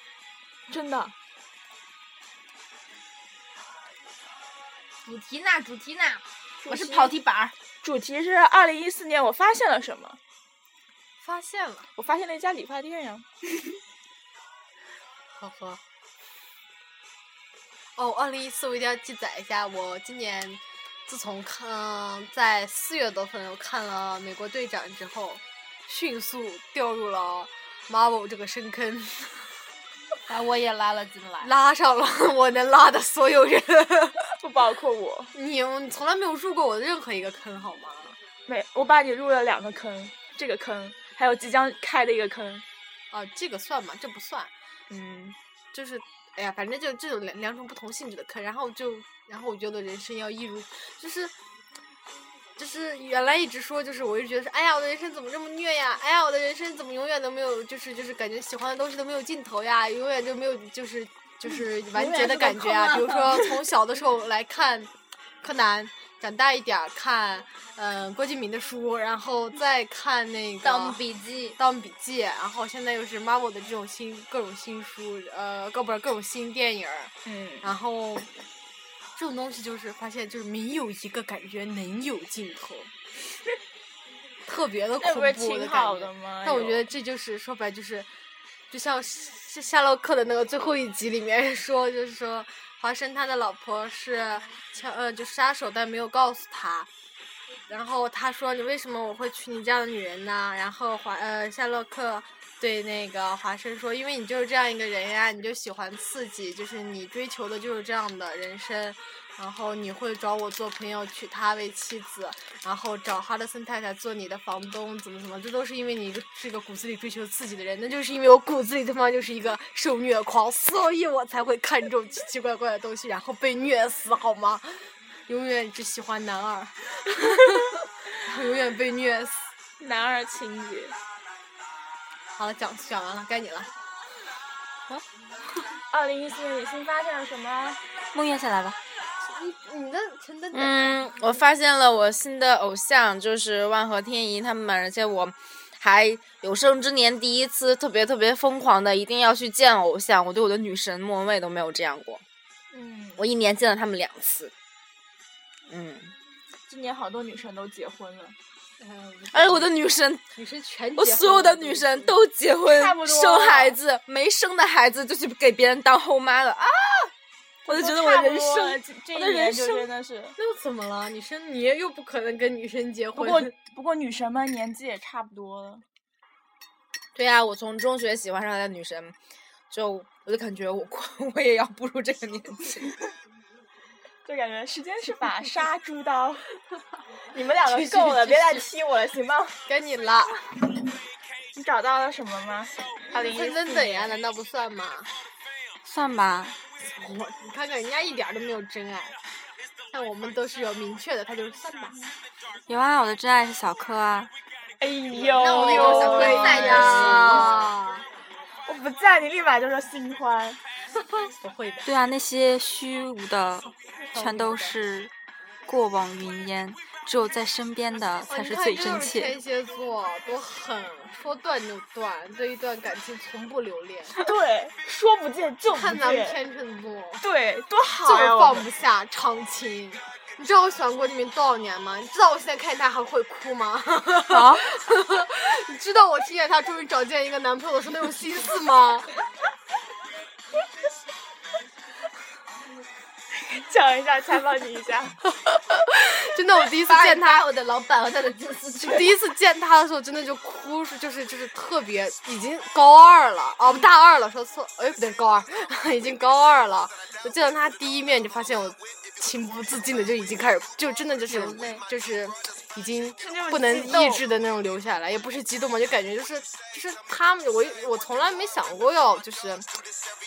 Speaker 1: 真的。
Speaker 4: 主题呢？主题呢？我是
Speaker 1: 主
Speaker 4: 跑题板儿。
Speaker 1: 主题是二零一四年我发现了什么？
Speaker 2: 发现了，
Speaker 1: 我发现了一家理发店呀。
Speaker 2: 呵呵。哦，二零一四我一定要记载一下，我今年自从看、呃在四月多份我看了《美国队长》之后，迅速掉入了 Marvel 这个深坑，
Speaker 4: 来，啊我也拉了进来。
Speaker 2: 拉上了我能拉的所有人。
Speaker 1: 不包括我，
Speaker 2: 你你从来没有入过我的任何一个坑，好吗？
Speaker 1: 没，我把你入了两个坑，这个坑还有即将开的一个坑。
Speaker 2: 啊，这个算吗？这不算。
Speaker 1: 嗯，
Speaker 2: 就是哎呀，反正就这种两两种不同性质的课，然后就然后我觉得人生要一如就是。就是原来一直说，就是我一直觉得是，哎呀，我的人生怎么这么虐呀？哎呀，我的人生怎么永远都没有，就是就是感觉喜欢的东西都没有尽头呀，永远就没有就是就是完结的感觉啊。比如说从小的时候来看柯南，长大一点儿看嗯、呃郭敬明的书，然后再看那个《
Speaker 4: 盗墓笔记
Speaker 2: 《盗墓笔记》，然后现在又是 Marvel 的这种新各种新书，呃，各不是各种新电影儿，
Speaker 1: 嗯，
Speaker 2: 然后这种东西就是发现就是没有一个感觉能有尽头，特别的恐
Speaker 1: 那
Speaker 2: 怖
Speaker 1: 不是
Speaker 2: 的
Speaker 1: 挺
Speaker 2: 感
Speaker 1: 好
Speaker 2: 觉
Speaker 1: 的吗？
Speaker 2: 但我
Speaker 1: 啊有
Speaker 2: 觉得这就是说白就是，就像是夏洛克的那个最后一集里面说，就是说华生他的老婆是枪呃就杀手，但没有告诉他。然后他说：“你为什么我会娶你这样的女人呢？”然后华呃夏洛克对那个华生说：“因为你就是这样一个人呀，你就喜欢刺激，就是你追求的就是这样的人生。然后你会找我做朋友，娶她为妻子，然后找哈德森太太做你的房东，怎么怎么，这都是因为你一个是一个骨子里追求刺激的人，那就是因为我骨子里他妈就是一个受虐狂，所以我才会看这种奇奇怪怪的东西，然后被虐死，好吗？永远只喜欢男二， 然后永远被虐死。
Speaker 1: 男二情节。
Speaker 2: 好了，讲讲完了，该你了。
Speaker 1: 二零一四年你新发现了什么？
Speaker 3: 梦魇下来吧。
Speaker 2: 你你的陈真的，
Speaker 4: 嗯，我发现了我新的偶像就是万和天宜他们，而且我还有生之年第一次特别特别疯狂的一定要去见偶像，我对我的女神莫文蔚都没有这样过，
Speaker 1: 嗯，
Speaker 4: 我一年见了他们两次。嗯，
Speaker 1: 今年好多女生都结婚了，
Speaker 2: 嗯，
Speaker 4: 而且我的女神，
Speaker 2: 女生全，
Speaker 4: 我所有的女神都结婚
Speaker 1: 差不多
Speaker 4: 生孩子，没生的孩子就去给别人当后妈了啊！我就觉得我
Speaker 1: 都差不
Speaker 4: 人
Speaker 1: 多了
Speaker 4: 生
Speaker 1: 这这
Speaker 4: 我
Speaker 1: 一
Speaker 4: 的人
Speaker 1: 年就
Speaker 4: 生
Speaker 1: 真的是。
Speaker 2: 那又怎么了？女生你又不可能跟女生结
Speaker 1: 不
Speaker 2: 婚。
Speaker 1: 过不过女神们年纪也差不多了。
Speaker 4: 对啊呀、我从中学喜欢上的女神，就我就感 觉我我也要步入这个年纪。
Speaker 1: 就感觉时间是把杀猪 刀，你们两个够了，别再踢我了，行吗？
Speaker 2: 该你了，
Speaker 1: 你找到了什么吗？二零一
Speaker 2: 陈真怎呀？难道不算吗？
Speaker 3: 算吧，
Speaker 2: 我你看看人家一点儿都没有真爱，但我们都是有明确的，他就是算吧。
Speaker 3: 有啊，我的真爱是小柯啊。
Speaker 1: 哎呦，
Speaker 2: 那我那种小
Speaker 1: 哎
Speaker 2: 龟在
Speaker 1: 呀
Speaker 2: 呀，
Speaker 1: 我不在，你立马就说新欢。
Speaker 2: 不会的，
Speaker 3: 对啊，那些虚无的，全都是过往云烟，只有在身边的才是最真
Speaker 2: 你看
Speaker 3: 切。
Speaker 2: 这就是天蝎座多狠，说断就断，对一段感情从不留恋。
Speaker 1: 对，说不见就不
Speaker 2: 看咱们
Speaker 1: 见。
Speaker 2: 天秤座，
Speaker 1: 对，多
Speaker 2: 就
Speaker 1: 好
Speaker 2: 是
Speaker 1: 呀！我
Speaker 2: 放
Speaker 1: 们
Speaker 2: 不下长情，你知道我喜欢郭敬明多少年吗？你知道我现在看见他还会哭吗？
Speaker 3: 啊，
Speaker 2: 你知道我听见他终于找见一个男朋友的时候那种心思吗？
Speaker 1: 讲一下，采访你一下。 哎
Speaker 2: 真的，我第一次见他，
Speaker 4: 我的老板和他的金丝雀。
Speaker 2: 第一次见他的时候，真的就哭，是就是就是特别，已经高二了，哦不大二了，说错，哎不对，高二， 已经高二了。我见到他第一面就发现我情不自禁的就已经开始，就真的就是就是已经不能抑制的那种流下来，也不是激动嘛，就感觉就是就是他们，我我从来没想过要就是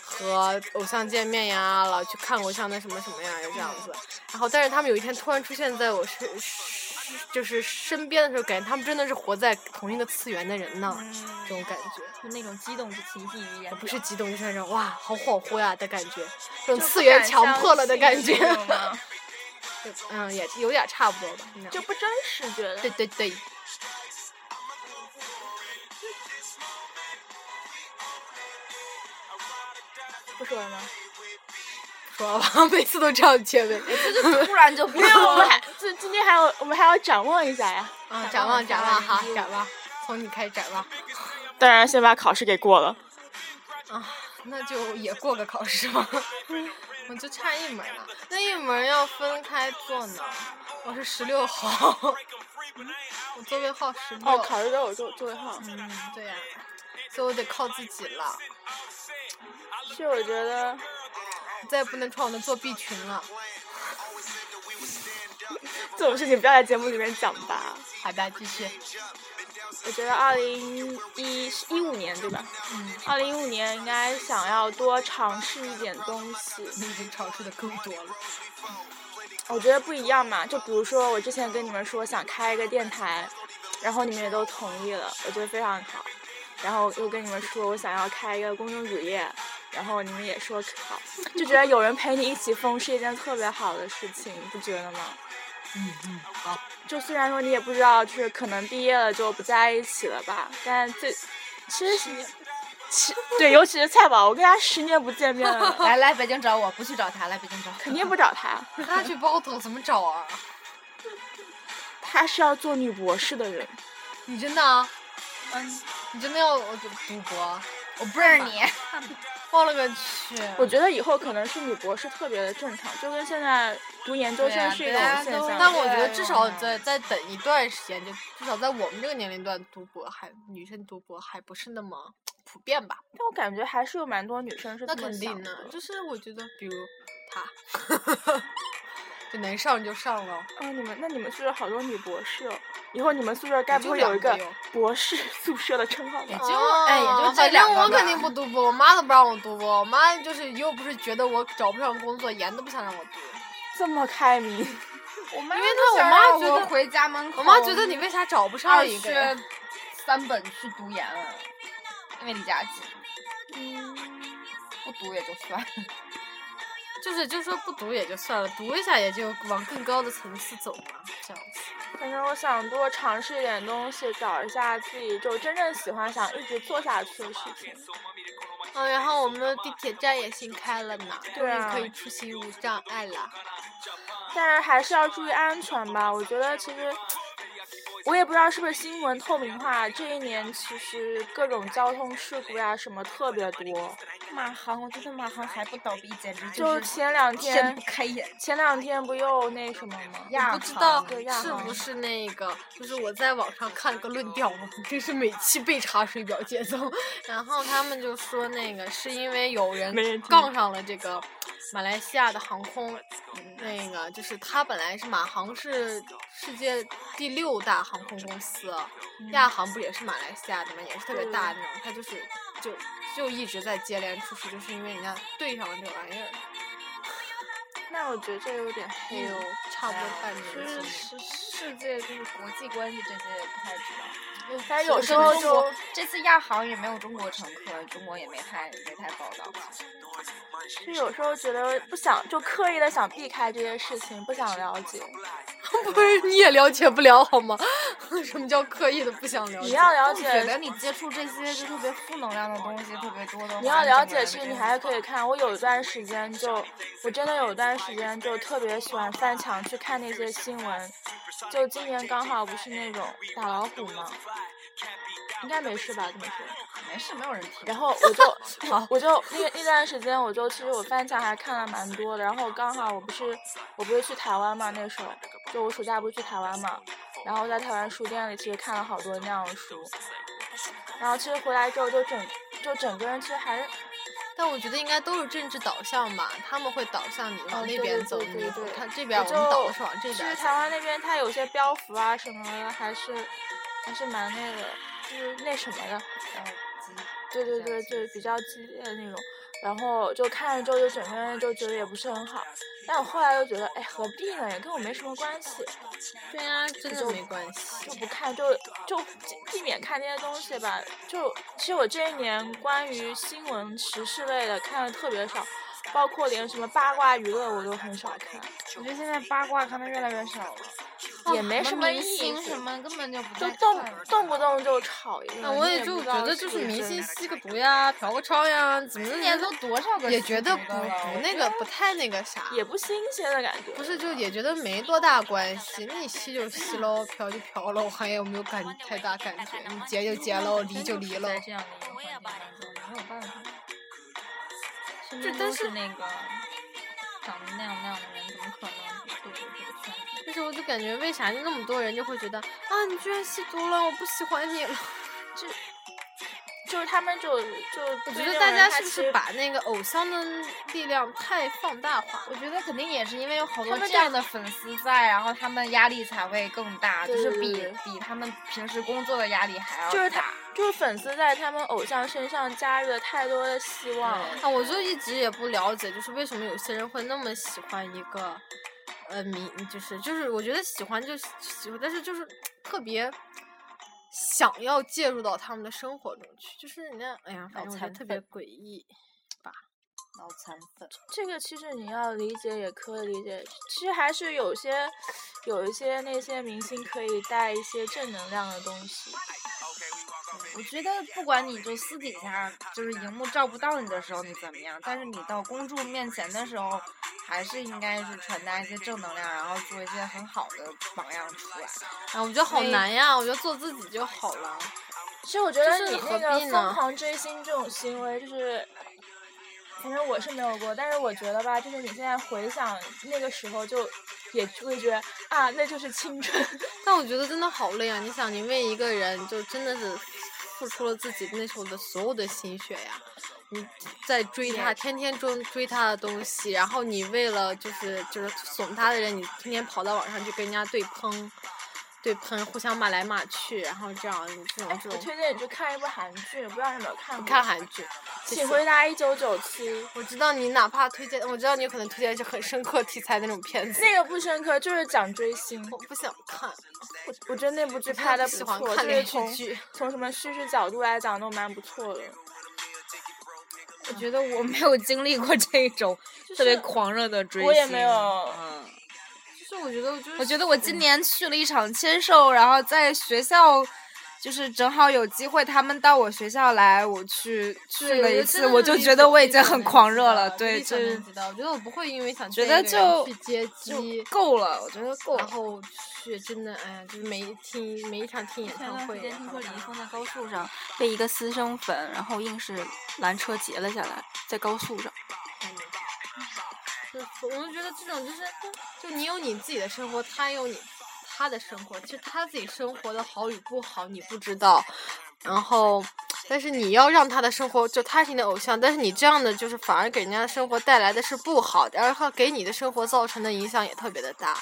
Speaker 2: 和偶像见面呀，老去看偶像的什么什么呀，就这样子。然后，但是他们有一天突然出现在我身，就是身边的时候，感觉他们真的是活在同一个次元的人呢，这种感觉。
Speaker 5: 嗯
Speaker 2: 啊
Speaker 5: 就那种激动是情绪语言，
Speaker 2: 不是激动，就是那种哇，好恍惚呀的感觉，这种次元强迫了的感觉。 嗯，也有点差不多吧。那样
Speaker 1: 就不真实，觉得
Speaker 2: 对对对。
Speaker 1: 不说 了吗？
Speaker 2: 说了吧，每次都这样结尾。
Speaker 4: 突然就不，
Speaker 1: 没 有，我们还就今天还有，我们还要展望一下呀。
Speaker 2: 啊，展望展望哈，展望，从你开始展望。
Speaker 1: 当然，先把考试给过了。
Speaker 2: 啊，那就也过个考试吧。 我就差一门了，那一门要分开做呢。我是十六号， 我座位号十六。
Speaker 1: 哦，考试都有座座位号。
Speaker 2: 嗯，对呀、所以我得靠自己了，
Speaker 1: 其实我觉得，
Speaker 2: 再也不能穿我的作弊裙了。
Speaker 1: 这种事情不要在节目里面讲吧。
Speaker 2: 好的，继续。
Speaker 1: 我觉得二零一一五年对吧？
Speaker 2: 嗯，
Speaker 1: 二零一五年应该想要多尝试一点东西。
Speaker 2: 你已经尝试的够多了。
Speaker 1: 我觉得不一样嘛，就比如说我之前跟你们说想开一个电台，然后你们也都同意了，我觉得非常好。然后又跟你们说我想要开一个公众主页，然后你们也说好，就觉得有人陪你一起疯是一件特别好的事情，你不觉得吗？
Speaker 2: 嗯嗯，好。
Speaker 1: 就虽然说你也不知道，就是可能毕业了就不在一起了吧，但最其实其对，尤其是蔡宝，我跟他十年不见面了
Speaker 4: 来来北京找我，不去找他，来北京找我。
Speaker 1: 肯定不找他，
Speaker 2: 他去包头怎么找啊？
Speaker 1: 他是要做女博士的人。
Speaker 2: 你真的啊？嗯，你真的要我赌赌博？啊
Speaker 4: 我不认识你，
Speaker 2: 我了个去！
Speaker 1: 我觉得以后可能是女博士特别的正常，就跟现在读研究生是一种
Speaker 4: 对啊
Speaker 1: 现
Speaker 4: 对啊
Speaker 1: 象。
Speaker 2: 但我觉得至少在再等一段时间，就至少在我们这个年龄段，读博还女生读博还不是那么普遍吧？
Speaker 1: 但我感觉还是有蛮多女生是
Speaker 2: 那
Speaker 1: 这么
Speaker 2: 肯
Speaker 1: 想
Speaker 2: 定
Speaker 1: 的
Speaker 2: 的，。就是我觉得，比如他，就能上就上了。
Speaker 1: 哎，你们那你们宿舍好多女博士哦，以后你们宿舍该不
Speaker 2: 就
Speaker 1: 会有
Speaker 2: 两
Speaker 1: 一个
Speaker 2: 个哟
Speaker 1: 博士 宿舍的称号吧？
Speaker 2: 就
Speaker 4: 哎也就这
Speaker 2: 哦反正
Speaker 4: 两个
Speaker 2: 我
Speaker 4: 吧
Speaker 2: 肯定不读博，我妈都不让我读博，我妈就是又不是觉得我找不上工作，严都不想让我读。
Speaker 1: 这么开明，
Speaker 4: 我妈
Speaker 2: 因
Speaker 4: 因
Speaker 2: 为
Speaker 4: 为
Speaker 2: 她我
Speaker 4: 她
Speaker 2: 妈觉得
Speaker 4: 啊回家门口，
Speaker 2: 我
Speaker 4: 哦
Speaker 2: 妈觉得你为啥找不
Speaker 4: 二
Speaker 2: 上一个呀
Speaker 4: 学？三本去读研了，因为离家近。嗯不读也就算了，
Speaker 2: 就是就说不读也就算了，读一下也就往更高的层次走嘛，这样子。
Speaker 1: 反正我想多尝试一点东西，找一下自己就真正喜欢、想一直做下去的事情。
Speaker 2: 嗯，然后我们的地铁站也新开了呢，终
Speaker 1: 对
Speaker 2: 于
Speaker 1: 啊
Speaker 2: 可以出行无障碍了。
Speaker 1: 但是还是要注意安全吧。我觉得其实，我也不知道是不是新闻透明化，这一年其实各种交通事故呀、什么特别多。
Speaker 4: 马航，我觉得马航还不倒闭，简直
Speaker 1: 就是前两
Speaker 4: 睁
Speaker 1: 天
Speaker 4: 不，开眼。
Speaker 1: 前两天不又那什么吗？
Speaker 4: 亚
Speaker 2: 不知道
Speaker 1: 对亚
Speaker 2: 是
Speaker 1: 航
Speaker 2: 不是那啊个，就是我在网上看了个论调，我真是每期被查水表节奏。 然后他们就说那个是因为有人
Speaker 1: 没人听
Speaker 2: 杠上了这个马来西亚的航空，那个就是他本来是马航是世界第六大航空公司，亚航不也是马来西亚的吗？也是特别大的那种，他就是就就一直在接连出事，就是因为人家对上了这玩意儿，
Speaker 1: 那我觉得这有点黑哦。
Speaker 4: 嗯
Speaker 2: 差不多半年
Speaker 1: 就
Speaker 2: 了。
Speaker 1: 是是
Speaker 4: 世界就是国际关系这些不太知道，又
Speaker 1: 但是
Speaker 4: 嗯是
Speaker 1: 有
Speaker 4: 是
Speaker 1: 时候
Speaker 4: 中国
Speaker 1: 就
Speaker 4: 这次亚航也没有中国乘客，中国也没太没太报道。
Speaker 1: 就有时候觉得不想，就刻意的想避开这些事情，不想了解。
Speaker 2: 不是 你也了解不了好吗？ 什么叫刻意的不想了
Speaker 1: 你
Speaker 2: 解？
Speaker 1: 要了
Speaker 4: 我觉得
Speaker 1: 解，
Speaker 4: 你接触这些就特别负能量的东西特别多的话，
Speaker 1: 你要了解，其
Speaker 4: 这个
Speaker 1: 实
Speaker 4: 人
Speaker 1: 你
Speaker 4: 真
Speaker 1: 还可以看。我有一段时间就，我真的有一段时间就特别喜欢翻墙去看那些新闻。就今年刚好不是那种打老虎吗？应该没事吧？这么说。
Speaker 4: 没事，没有人听。
Speaker 1: 然后我就， 我就那那段时间，我就其实我翻墙还看了蛮多的。然后刚好我不是我不是去台湾嘛，那时候就我暑假不是去台湾嘛，然后在台湾书店里其实看了好多那样的书。然后其实回来之后就整就整个人其实还是
Speaker 2: 但我觉得应该都是政治导向吧，他们会导向你
Speaker 1: 哦
Speaker 2: 往那
Speaker 1: 对
Speaker 2: 边
Speaker 1: 对
Speaker 2: 走，
Speaker 1: 对对
Speaker 2: 你
Speaker 1: 对
Speaker 2: 看这边
Speaker 1: 我
Speaker 2: 我们导
Speaker 1: 就
Speaker 2: 的是往这
Speaker 1: 其实
Speaker 2: 边走。
Speaker 1: 台湾那边它有些标符啊什么的，还是还是蛮那个就是那什么的。对对对对，比较激烈的那种。然后就看了之后，就整个人就觉得也不是很好。但我后来又觉得，哎，何必呢？也跟我没什么关系，
Speaker 2: 对啊，真的没关系
Speaker 1: 就。不看，就就避避免看这些东西吧。就其实我这一年关于新闻时事类的看的特别少，包括连什么八卦娱乐我都很少看，
Speaker 4: 我觉得现在八卦看的越来越少了，
Speaker 1: 也
Speaker 2: 啊
Speaker 1: 没什么
Speaker 4: 明
Speaker 1: 意
Speaker 4: 星
Speaker 1: 思
Speaker 4: 什。么根本就不
Speaker 1: 就
Speaker 4: 太
Speaker 1: 动
Speaker 4: 看了
Speaker 1: 动不动就吵一顿，
Speaker 2: 啊那我
Speaker 1: 你
Speaker 2: 也就
Speaker 1: 不知
Speaker 2: 觉
Speaker 1: 道
Speaker 2: 得，
Speaker 1: 是
Speaker 2: 就
Speaker 1: 不
Speaker 2: 是明
Speaker 1: 真
Speaker 2: 星
Speaker 1: 的
Speaker 2: 吸个毒呀，嫖个娼呀，怎么
Speaker 4: 今
Speaker 2: 的
Speaker 4: 年都多少个
Speaker 2: 也
Speaker 4: 吸
Speaker 2: 觉得
Speaker 4: 毒
Speaker 2: 不
Speaker 4: 的了
Speaker 2: 不
Speaker 4: 我
Speaker 2: 那
Speaker 4: 觉
Speaker 2: 个
Speaker 4: 得
Speaker 2: 不太那个啥，
Speaker 1: 也不新鲜的感觉。
Speaker 2: 不是就也觉得没多大关系，那你吸就吸喽，嫖就嫖喽，还有没有感太大感觉？你结就结喽，离就离喽
Speaker 5: 在。这样的一个环境当中，没有办法。身边
Speaker 2: 这但
Speaker 5: 都
Speaker 2: 是
Speaker 5: 是那个长得那样那样的人，怎么可能不堕入这个圈子？
Speaker 2: 但是我就感觉为啥就那么多人就会觉得啊，你居然吸毒了，我不喜欢你了。
Speaker 1: 就是他们就就
Speaker 2: 我
Speaker 1: 我
Speaker 2: 觉得大家是不是把那个偶像的力量太放大化了？
Speaker 4: 我觉得肯定也是因为有好多
Speaker 1: 他们
Speaker 4: 这样的粉丝在，然后他们压力才会更大，
Speaker 1: 对
Speaker 4: 就是
Speaker 1: 对
Speaker 4: 比
Speaker 1: 对
Speaker 4: 比他们平时工作的压力还要
Speaker 1: 就是他
Speaker 4: 大。
Speaker 1: 就是粉丝在他们偶像身上加入了太多的希望了。
Speaker 2: 啊，我就一直也不了解，就是为什么有些人会那么喜欢一个，呃，明就是就是，我觉得喜欢就喜欢，但是就是特别想要介入到他们的生活中去，就是人家哎呀，反正我觉得
Speaker 4: 脑残
Speaker 2: 特别诡异。
Speaker 4: 脑残粉，
Speaker 1: 这个其实你要理解也可以理解，其实还是有些有一些那些明星可以带一些正能量的东西。
Speaker 4: 我觉得不管你就私底下就是荧幕照不到你的时候你怎么样，但是你到公众面前的时候，还是应该是传达一些正能量，然后做一些很好的榜样出来。
Speaker 2: 啊，我觉得好
Speaker 4: 所以
Speaker 2: 难呀，我觉得做自己就好了。
Speaker 1: 其实我觉得
Speaker 2: 就是
Speaker 1: 你
Speaker 2: 何
Speaker 1: 那个
Speaker 2: 必呢
Speaker 1: 疯狂追星这种行为，就是，反正我是没有过，但是我觉得吧，就是你现在回想那个时候，就也会觉得啊，那就是青春。
Speaker 2: 但我觉得真的好累啊！你想，你为一个人就真的是付出了自己那时候的所有的心血呀，你在追他，天天追追他的东西，然后你为了就是就是怂他的人，你天天跑到网上去跟人家对喷，对喷，互相骂来骂去，然后这样这种这
Speaker 1: 我
Speaker 2: 种
Speaker 1: 推荐你去看一部韩剧，不知道你有没有看
Speaker 2: 不
Speaker 1: 过？
Speaker 2: 看韩剧。
Speaker 1: 请
Speaker 2: 谢谢
Speaker 1: 回答一九九七。
Speaker 2: 我知道你哪怕推荐，我知道你可能推荐是很深刻题材那种片子，
Speaker 1: 那个不深刻，就是讲追星。
Speaker 2: 我不想看，
Speaker 1: 我我觉得那部剧
Speaker 2: 我
Speaker 1: 拍的
Speaker 2: 的
Speaker 1: 不
Speaker 2: 喜欢
Speaker 1: 错，就
Speaker 2: 看
Speaker 1: 是
Speaker 2: 连续
Speaker 1: 从
Speaker 2: 剧。
Speaker 1: 从什么叙事角度来讲都蛮不错的。
Speaker 4: 我觉得我没有经历过这种特别狂热的追星，
Speaker 1: 我也没有
Speaker 4: 嗯。
Speaker 2: 就是我觉得我就是
Speaker 4: 我觉得我今年去了一场签售，然后在学校，就是正好有机会他们到我学校来，我去去了一次，我就觉得我已经很狂热了，对，就
Speaker 2: 真的
Speaker 4: 是
Speaker 2: 知道。我觉得我不会因为想
Speaker 4: 觉
Speaker 2: 见一
Speaker 4: 得
Speaker 2: 个人
Speaker 4: 就
Speaker 2: 去接
Speaker 4: 就
Speaker 2: 机，
Speaker 4: 够了，我觉得够
Speaker 2: 然
Speaker 4: 了。
Speaker 2: 后去真的哎呀，就是每一听每一场听演
Speaker 3: 前
Speaker 2: 唱
Speaker 3: 段时
Speaker 2: 会
Speaker 3: 间
Speaker 2: 啊
Speaker 3: 听说
Speaker 2: 什么
Speaker 3: 李
Speaker 2: 的
Speaker 3: 易，峰在高速上被一个私生粉，然后硬是拦车截了下来，在高速上。
Speaker 2: 就是我就觉得这种就是就你有你自己的生活，他有你他的生活，其实他自己生活的好与不好你不知道，然后。但是你要让他的生活，就他是你的偶像，但是你这样的就是反而给人家的生活带来的是不好的，然后给你的生活造成的影响也特别的大，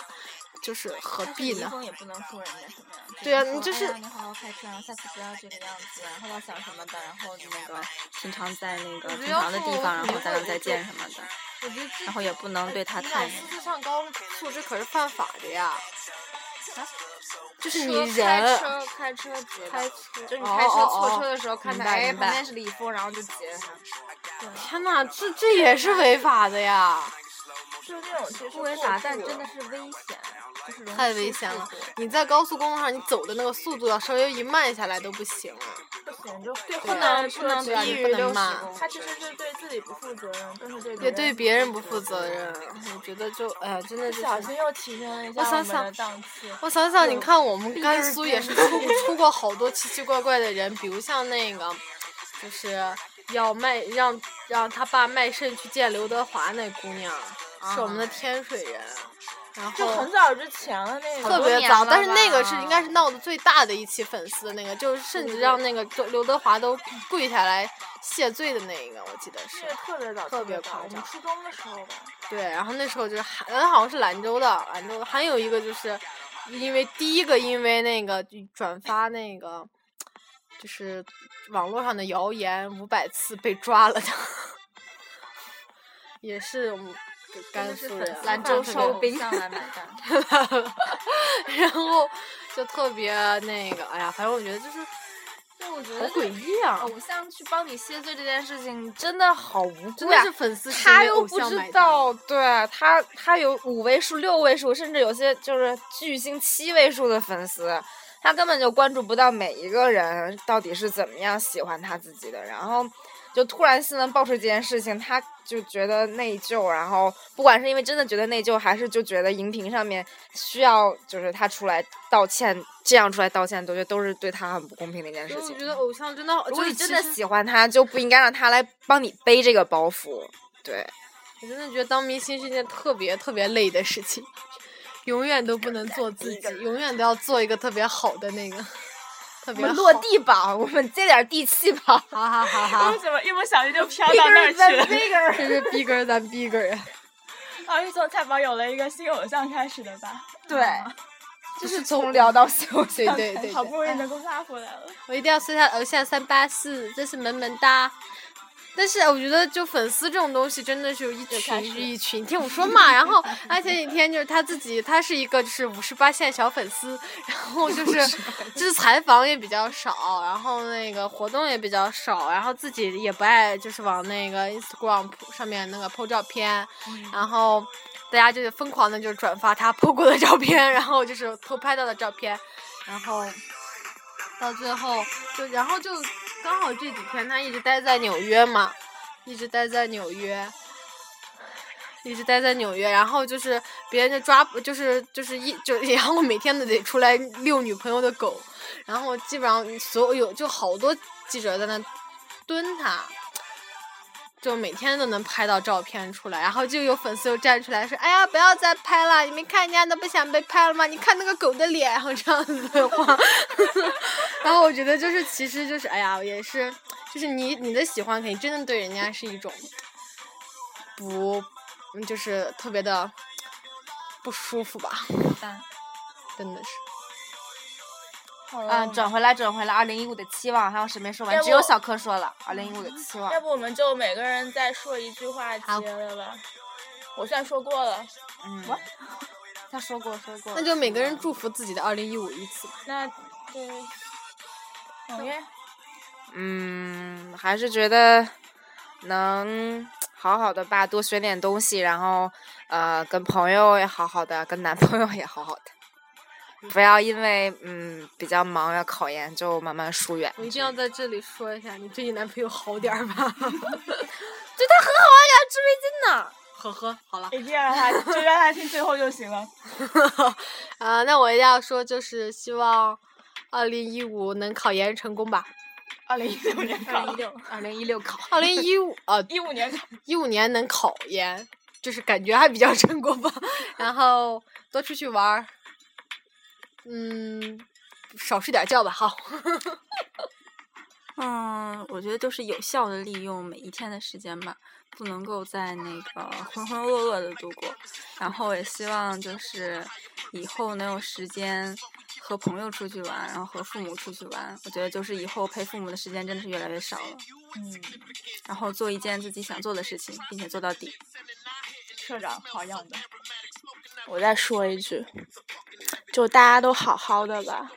Speaker 2: 就是何
Speaker 5: 但是
Speaker 2: 必
Speaker 5: 李易
Speaker 2: 呢？
Speaker 5: 峰也不能说人家什么呀。只
Speaker 2: 对啊
Speaker 5: 能
Speaker 2: 你就
Speaker 5: 说哎
Speaker 2: 是
Speaker 5: 呀你好好开车，然后啊下次不要这个样子，然后要想什么的，然后那个平常在那个
Speaker 2: 我觉得
Speaker 5: 平常的
Speaker 2: 要
Speaker 5: 地
Speaker 2: 是我
Speaker 5: 方，然
Speaker 2: 肯
Speaker 5: 后
Speaker 2: 定
Speaker 5: 咱
Speaker 2: 会
Speaker 5: 俩再
Speaker 2: 我
Speaker 5: 见
Speaker 2: 就
Speaker 5: 什么的，
Speaker 2: 我觉得这
Speaker 5: 然后也不能对他
Speaker 2: 你
Speaker 5: 太
Speaker 2: 想私自上高速这可是犯法的呀！就是你
Speaker 4: 车开
Speaker 2: 人
Speaker 4: 车开车截的，就是你
Speaker 2: 哦
Speaker 4: 开车
Speaker 2: 哦
Speaker 4: 错
Speaker 2: 哦
Speaker 4: 车的时候看
Speaker 3: 明
Speaker 4: 到，
Speaker 3: 白
Speaker 4: 哎，
Speaker 3: 明
Speaker 4: 旁
Speaker 3: 白
Speaker 4: 边是李峰，然后就截了他。
Speaker 2: 天呐，这这也是违法的呀！
Speaker 1: 就是那种其实
Speaker 5: 不违法，但
Speaker 1: 过
Speaker 5: 真
Speaker 1: 度
Speaker 5: 的
Speaker 1: 了
Speaker 5: 是危险，就是容易
Speaker 2: 太
Speaker 5: 出
Speaker 2: 危险
Speaker 5: 事
Speaker 2: 了
Speaker 5: 故！
Speaker 2: 你在高速公路上，你走的那个速度要稍微一慢下来都不行啊！
Speaker 1: 不行，就
Speaker 5: 啊
Speaker 1: 对
Speaker 2: 不
Speaker 1: 后
Speaker 2: 能
Speaker 1: 面的
Speaker 2: 不
Speaker 1: 车
Speaker 2: 能
Speaker 1: 只
Speaker 2: 比
Speaker 1: 是
Speaker 2: 你
Speaker 1: 一
Speaker 2: 不
Speaker 1: 个
Speaker 2: 能
Speaker 1: 六十
Speaker 2: 慢
Speaker 1: 公他其实是对自己不负责任，更是对别
Speaker 2: 也对
Speaker 1: 人
Speaker 2: 别人不负责任，啊我觉得就哎呀，真的
Speaker 1: 不
Speaker 2: 就
Speaker 1: 小
Speaker 2: 是。
Speaker 1: 心又提升了一下
Speaker 2: 我想
Speaker 1: 们的
Speaker 2: 想
Speaker 1: 档次。
Speaker 2: 我想想，你看我们甘肃也是出出过好多奇奇怪怪的人，比如像那个，就是要卖让让他爸卖肾去见刘德华那姑娘，是我们的天水人，啊然
Speaker 1: 就很
Speaker 2: 后。
Speaker 1: 早之前了那个，
Speaker 2: 嗯特
Speaker 4: 多
Speaker 2: 别
Speaker 4: 年
Speaker 2: 早，
Speaker 4: 了
Speaker 2: 但是那个是
Speaker 4: 吧
Speaker 2: 应该是闹得最大的一起粉丝的那个，就是甚至让那个周刘德华都跪下来谢罪的那一个，我记得是
Speaker 1: 是。特别早，
Speaker 2: 特别
Speaker 1: 早
Speaker 2: 夸
Speaker 1: 我们
Speaker 2: 张
Speaker 1: 初中的时候吧。
Speaker 2: 对，然后那时候就是还嗯好像是兰州的，兰州的还有一个就是因为第一个因为那个转发那个就是网络上的谣言五百次被抓了的， 也是我们甘
Speaker 5: 是
Speaker 2: 肃
Speaker 5: 粉
Speaker 2: 人啊
Speaker 5: 丝，
Speaker 2: 兰
Speaker 5: 犯
Speaker 2: 州
Speaker 5: 错
Speaker 2: 烧
Speaker 5: 误
Speaker 2: 饼，
Speaker 5: 上来买单。
Speaker 2: 然后就特别那个，哎呀，反正我觉得就是
Speaker 4: 就我觉
Speaker 2: 好诡异啊，
Speaker 4: 偶哦像去帮你谢罪这件事情真的好无
Speaker 2: 真
Speaker 4: 辜
Speaker 2: 的
Speaker 4: 呀
Speaker 2: 是。粉丝是
Speaker 4: 他
Speaker 2: 为
Speaker 4: 又
Speaker 2: 偶
Speaker 4: 不
Speaker 2: 像买单
Speaker 4: 知道，对他，他有五位数、六位数，甚至有些就是巨星七位数的粉丝，他根本就关注不到每一个人到底是怎么样喜欢他自己的。然后就突然新闻爆出这件事情，他就觉得内疚，然后不管是因为真的觉得内疚，还是就觉得荧屏上面需要就是他出来道歉，这样出来道歉，都觉得都是对他很不公平的一件
Speaker 2: 因
Speaker 4: 事
Speaker 2: 为我
Speaker 4: 情
Speaker 2: 觉。得偶像真的，
Speaker 4: 如果
Speaker 2: 就是
Speaker 4: 你真
Speaker 2: 其
Speaker 4: 的
Speaker 2: 实
Speaker 4: 喜欢他，就不应该让他来帮你背这个包袱。对，
Speaker 2: 我真的觉得当明星是一件特别特别累的事情， 永远都不能做自己，永远都要做一个特别好的那个，特
Speaker 4: 我
Speaker 2: 别
Speaker 4: 们
Speaker 2: 好
Speaker 4: 落。地吧，我们接点地气吧。
Speaker 2: 好好好
Speaker 1: 我
Speaker 2: 好
Speaker 1: 们，怎么一不小心就飘到那儿去了？
Speaker 2: 这是逼格儿咱逼格儿 呀！
Speaker 1: 啊，是从菜宝有了一个新偶像开始的吧？啊
Speaker 4: 对，就是从聊 到休息。
Speaker 2: 对对 对
Speaker 1: 好不容易
Speaker 2: 对，啊
Speaker 1: 能够拉回来了。
Speaker 2: 我一定要说一下偶像三八四，真是萌萌哒。但是呃我觉得，就粉丝这种东西，真的是一群是一群。你听我说嘛，然后而且那天就是他自己，他是一个就是五十八线小粉丝，然后就是就是采访也比较少，然后那个活动也比较少，然后自己也不爱就是往那个 Instagram 上面那个 po 照片，然后大家就疯狂的就转发他 po 过的照片，然后就是偷拍到的照片，然后到最后就然后就刚好这几天他一直待在纽约嘛，一直待在纽约。一直待在纽约，然后就是别人就抓，就是就是一就，然后每天都得出来遛女朋友的狗，然后基本上所有就好多记者在那蹲他，就每天都能拍到照片出来，然后就有粉丝又站出来说：“哎呀，不要再拍了，你没看人家都不想被拍了吗？你看那个狗的脸。”然后这样子的话，然后我觉得就是，其实就是，哎呀，也是，就是你你的喜欢，肯定真的对人家是一种不，嗯就是特别的不舒服吧，
Speaker 5: 但
Speaker 2: 真的是。
Speaker 1: 好了，
Speaker 4: 啊，转回来，转回来，二零一五的期望还有谁没说完
Speaker 1: 要？
Speaker 4: 只有
Speaker 1: 不
Speaker 4: 小柯说了，二零一五的期望
Speaker 1: 要。不我们就每个人再说一句话
Speaker 2: 好
Speaker 1: 结了吧。我算说过了，
Speaker 4: 嗯，他说过，说过。
Speaker 2: 那就每个人祝福自己的二零一五一次吧。
Speaker 1: 那 对，永月，
Speaker 4: 嗯，还是觉得能好好的吧，多学点东西，然后呃，跟朋友也好好的，跟男朋友也好好的，不要因为嗯比较忙要考研就慢慢疏远。
Speaker 2: 我一定要在这里说一下，你对你男朋友好点儿 吧。
Speaker 4: 对他很好啊，给他织围巾呢。
Speaker 2: 呵呵，好了，
Speaker 1: 一定要让他，就让他听最后就行了。
Speaker 2: 啊、那我一定要说，就是希望二零一五能考研成功吧。
Speaker 1: 二零一六年考，
Speaker 4: 二零一六考，
Speaker 2: 二零一五啊，
Speaker 1: 一五年考，
Speaker 2: 一五年能考研，就是感觉还比较成功吧。 然后多出去玩儿，嗯，少睡点觉吧。好，
Speaker 3: 嗯，我觉得就是有效的利用每一天的时间吧，不能够在那个浑浑噩噩的度过。然后也希望就是以后能有时间和朋友出去玩，然后和父母出去玩。我觉得就是以后陪父母的时间真的是越来越少了。
Speaker 1: 嗯，
Speaker 3: 然后做一件自己想做的事情，并且做到底。
Speaker 1: 社长好样的。我再说一句，就大家都好好的吧。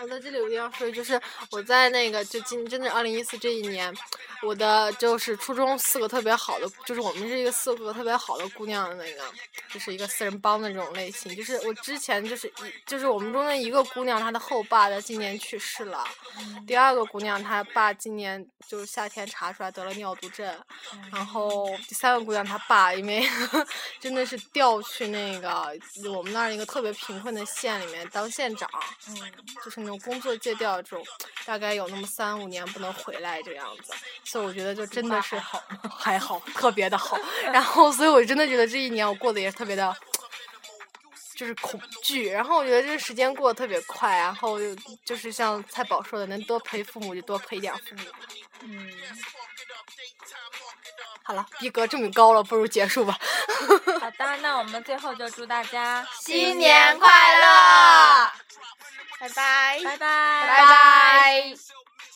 Speaker 2: 我在这里有一定要说，就是我在那个就今真的二零一四这一年，我的就是初中四个特别好的，就是我们是一个四个特别好的姑娘的那个，就是一个四人帮的这种类型。就是我之前就是一就是我们中的一个姑娘，她的后爸在今年去世了，第二个姑娘她爸今年就是夏天查出来得了尿毒症，然后第三个姑娘她爸因为 真的是调去那个我们那儿一个特别贫困的县里面当县长。就是那种工作借调这种，大概有那么三五年不能回来这样子，所以我觉得就真的是好， 还好，特别的好。然后，所以我真的觉得这一年我过得也特别的，就是恐惧。然后我觉得这个时间过得特别快，然后就就是像菜宝说的，能多陪父母就多陪点父母。
Speaker 1: 嗯，
Speaker 2: 好了，逼格这么高了，不如结束吧。
Speaker 3: 好的，那我们最后就祝大家
Speaker 5: 新年快乐！
Speaker 4: 拜拜，
Speaker 3: 拜拜，拜
Speaker 2: 拜。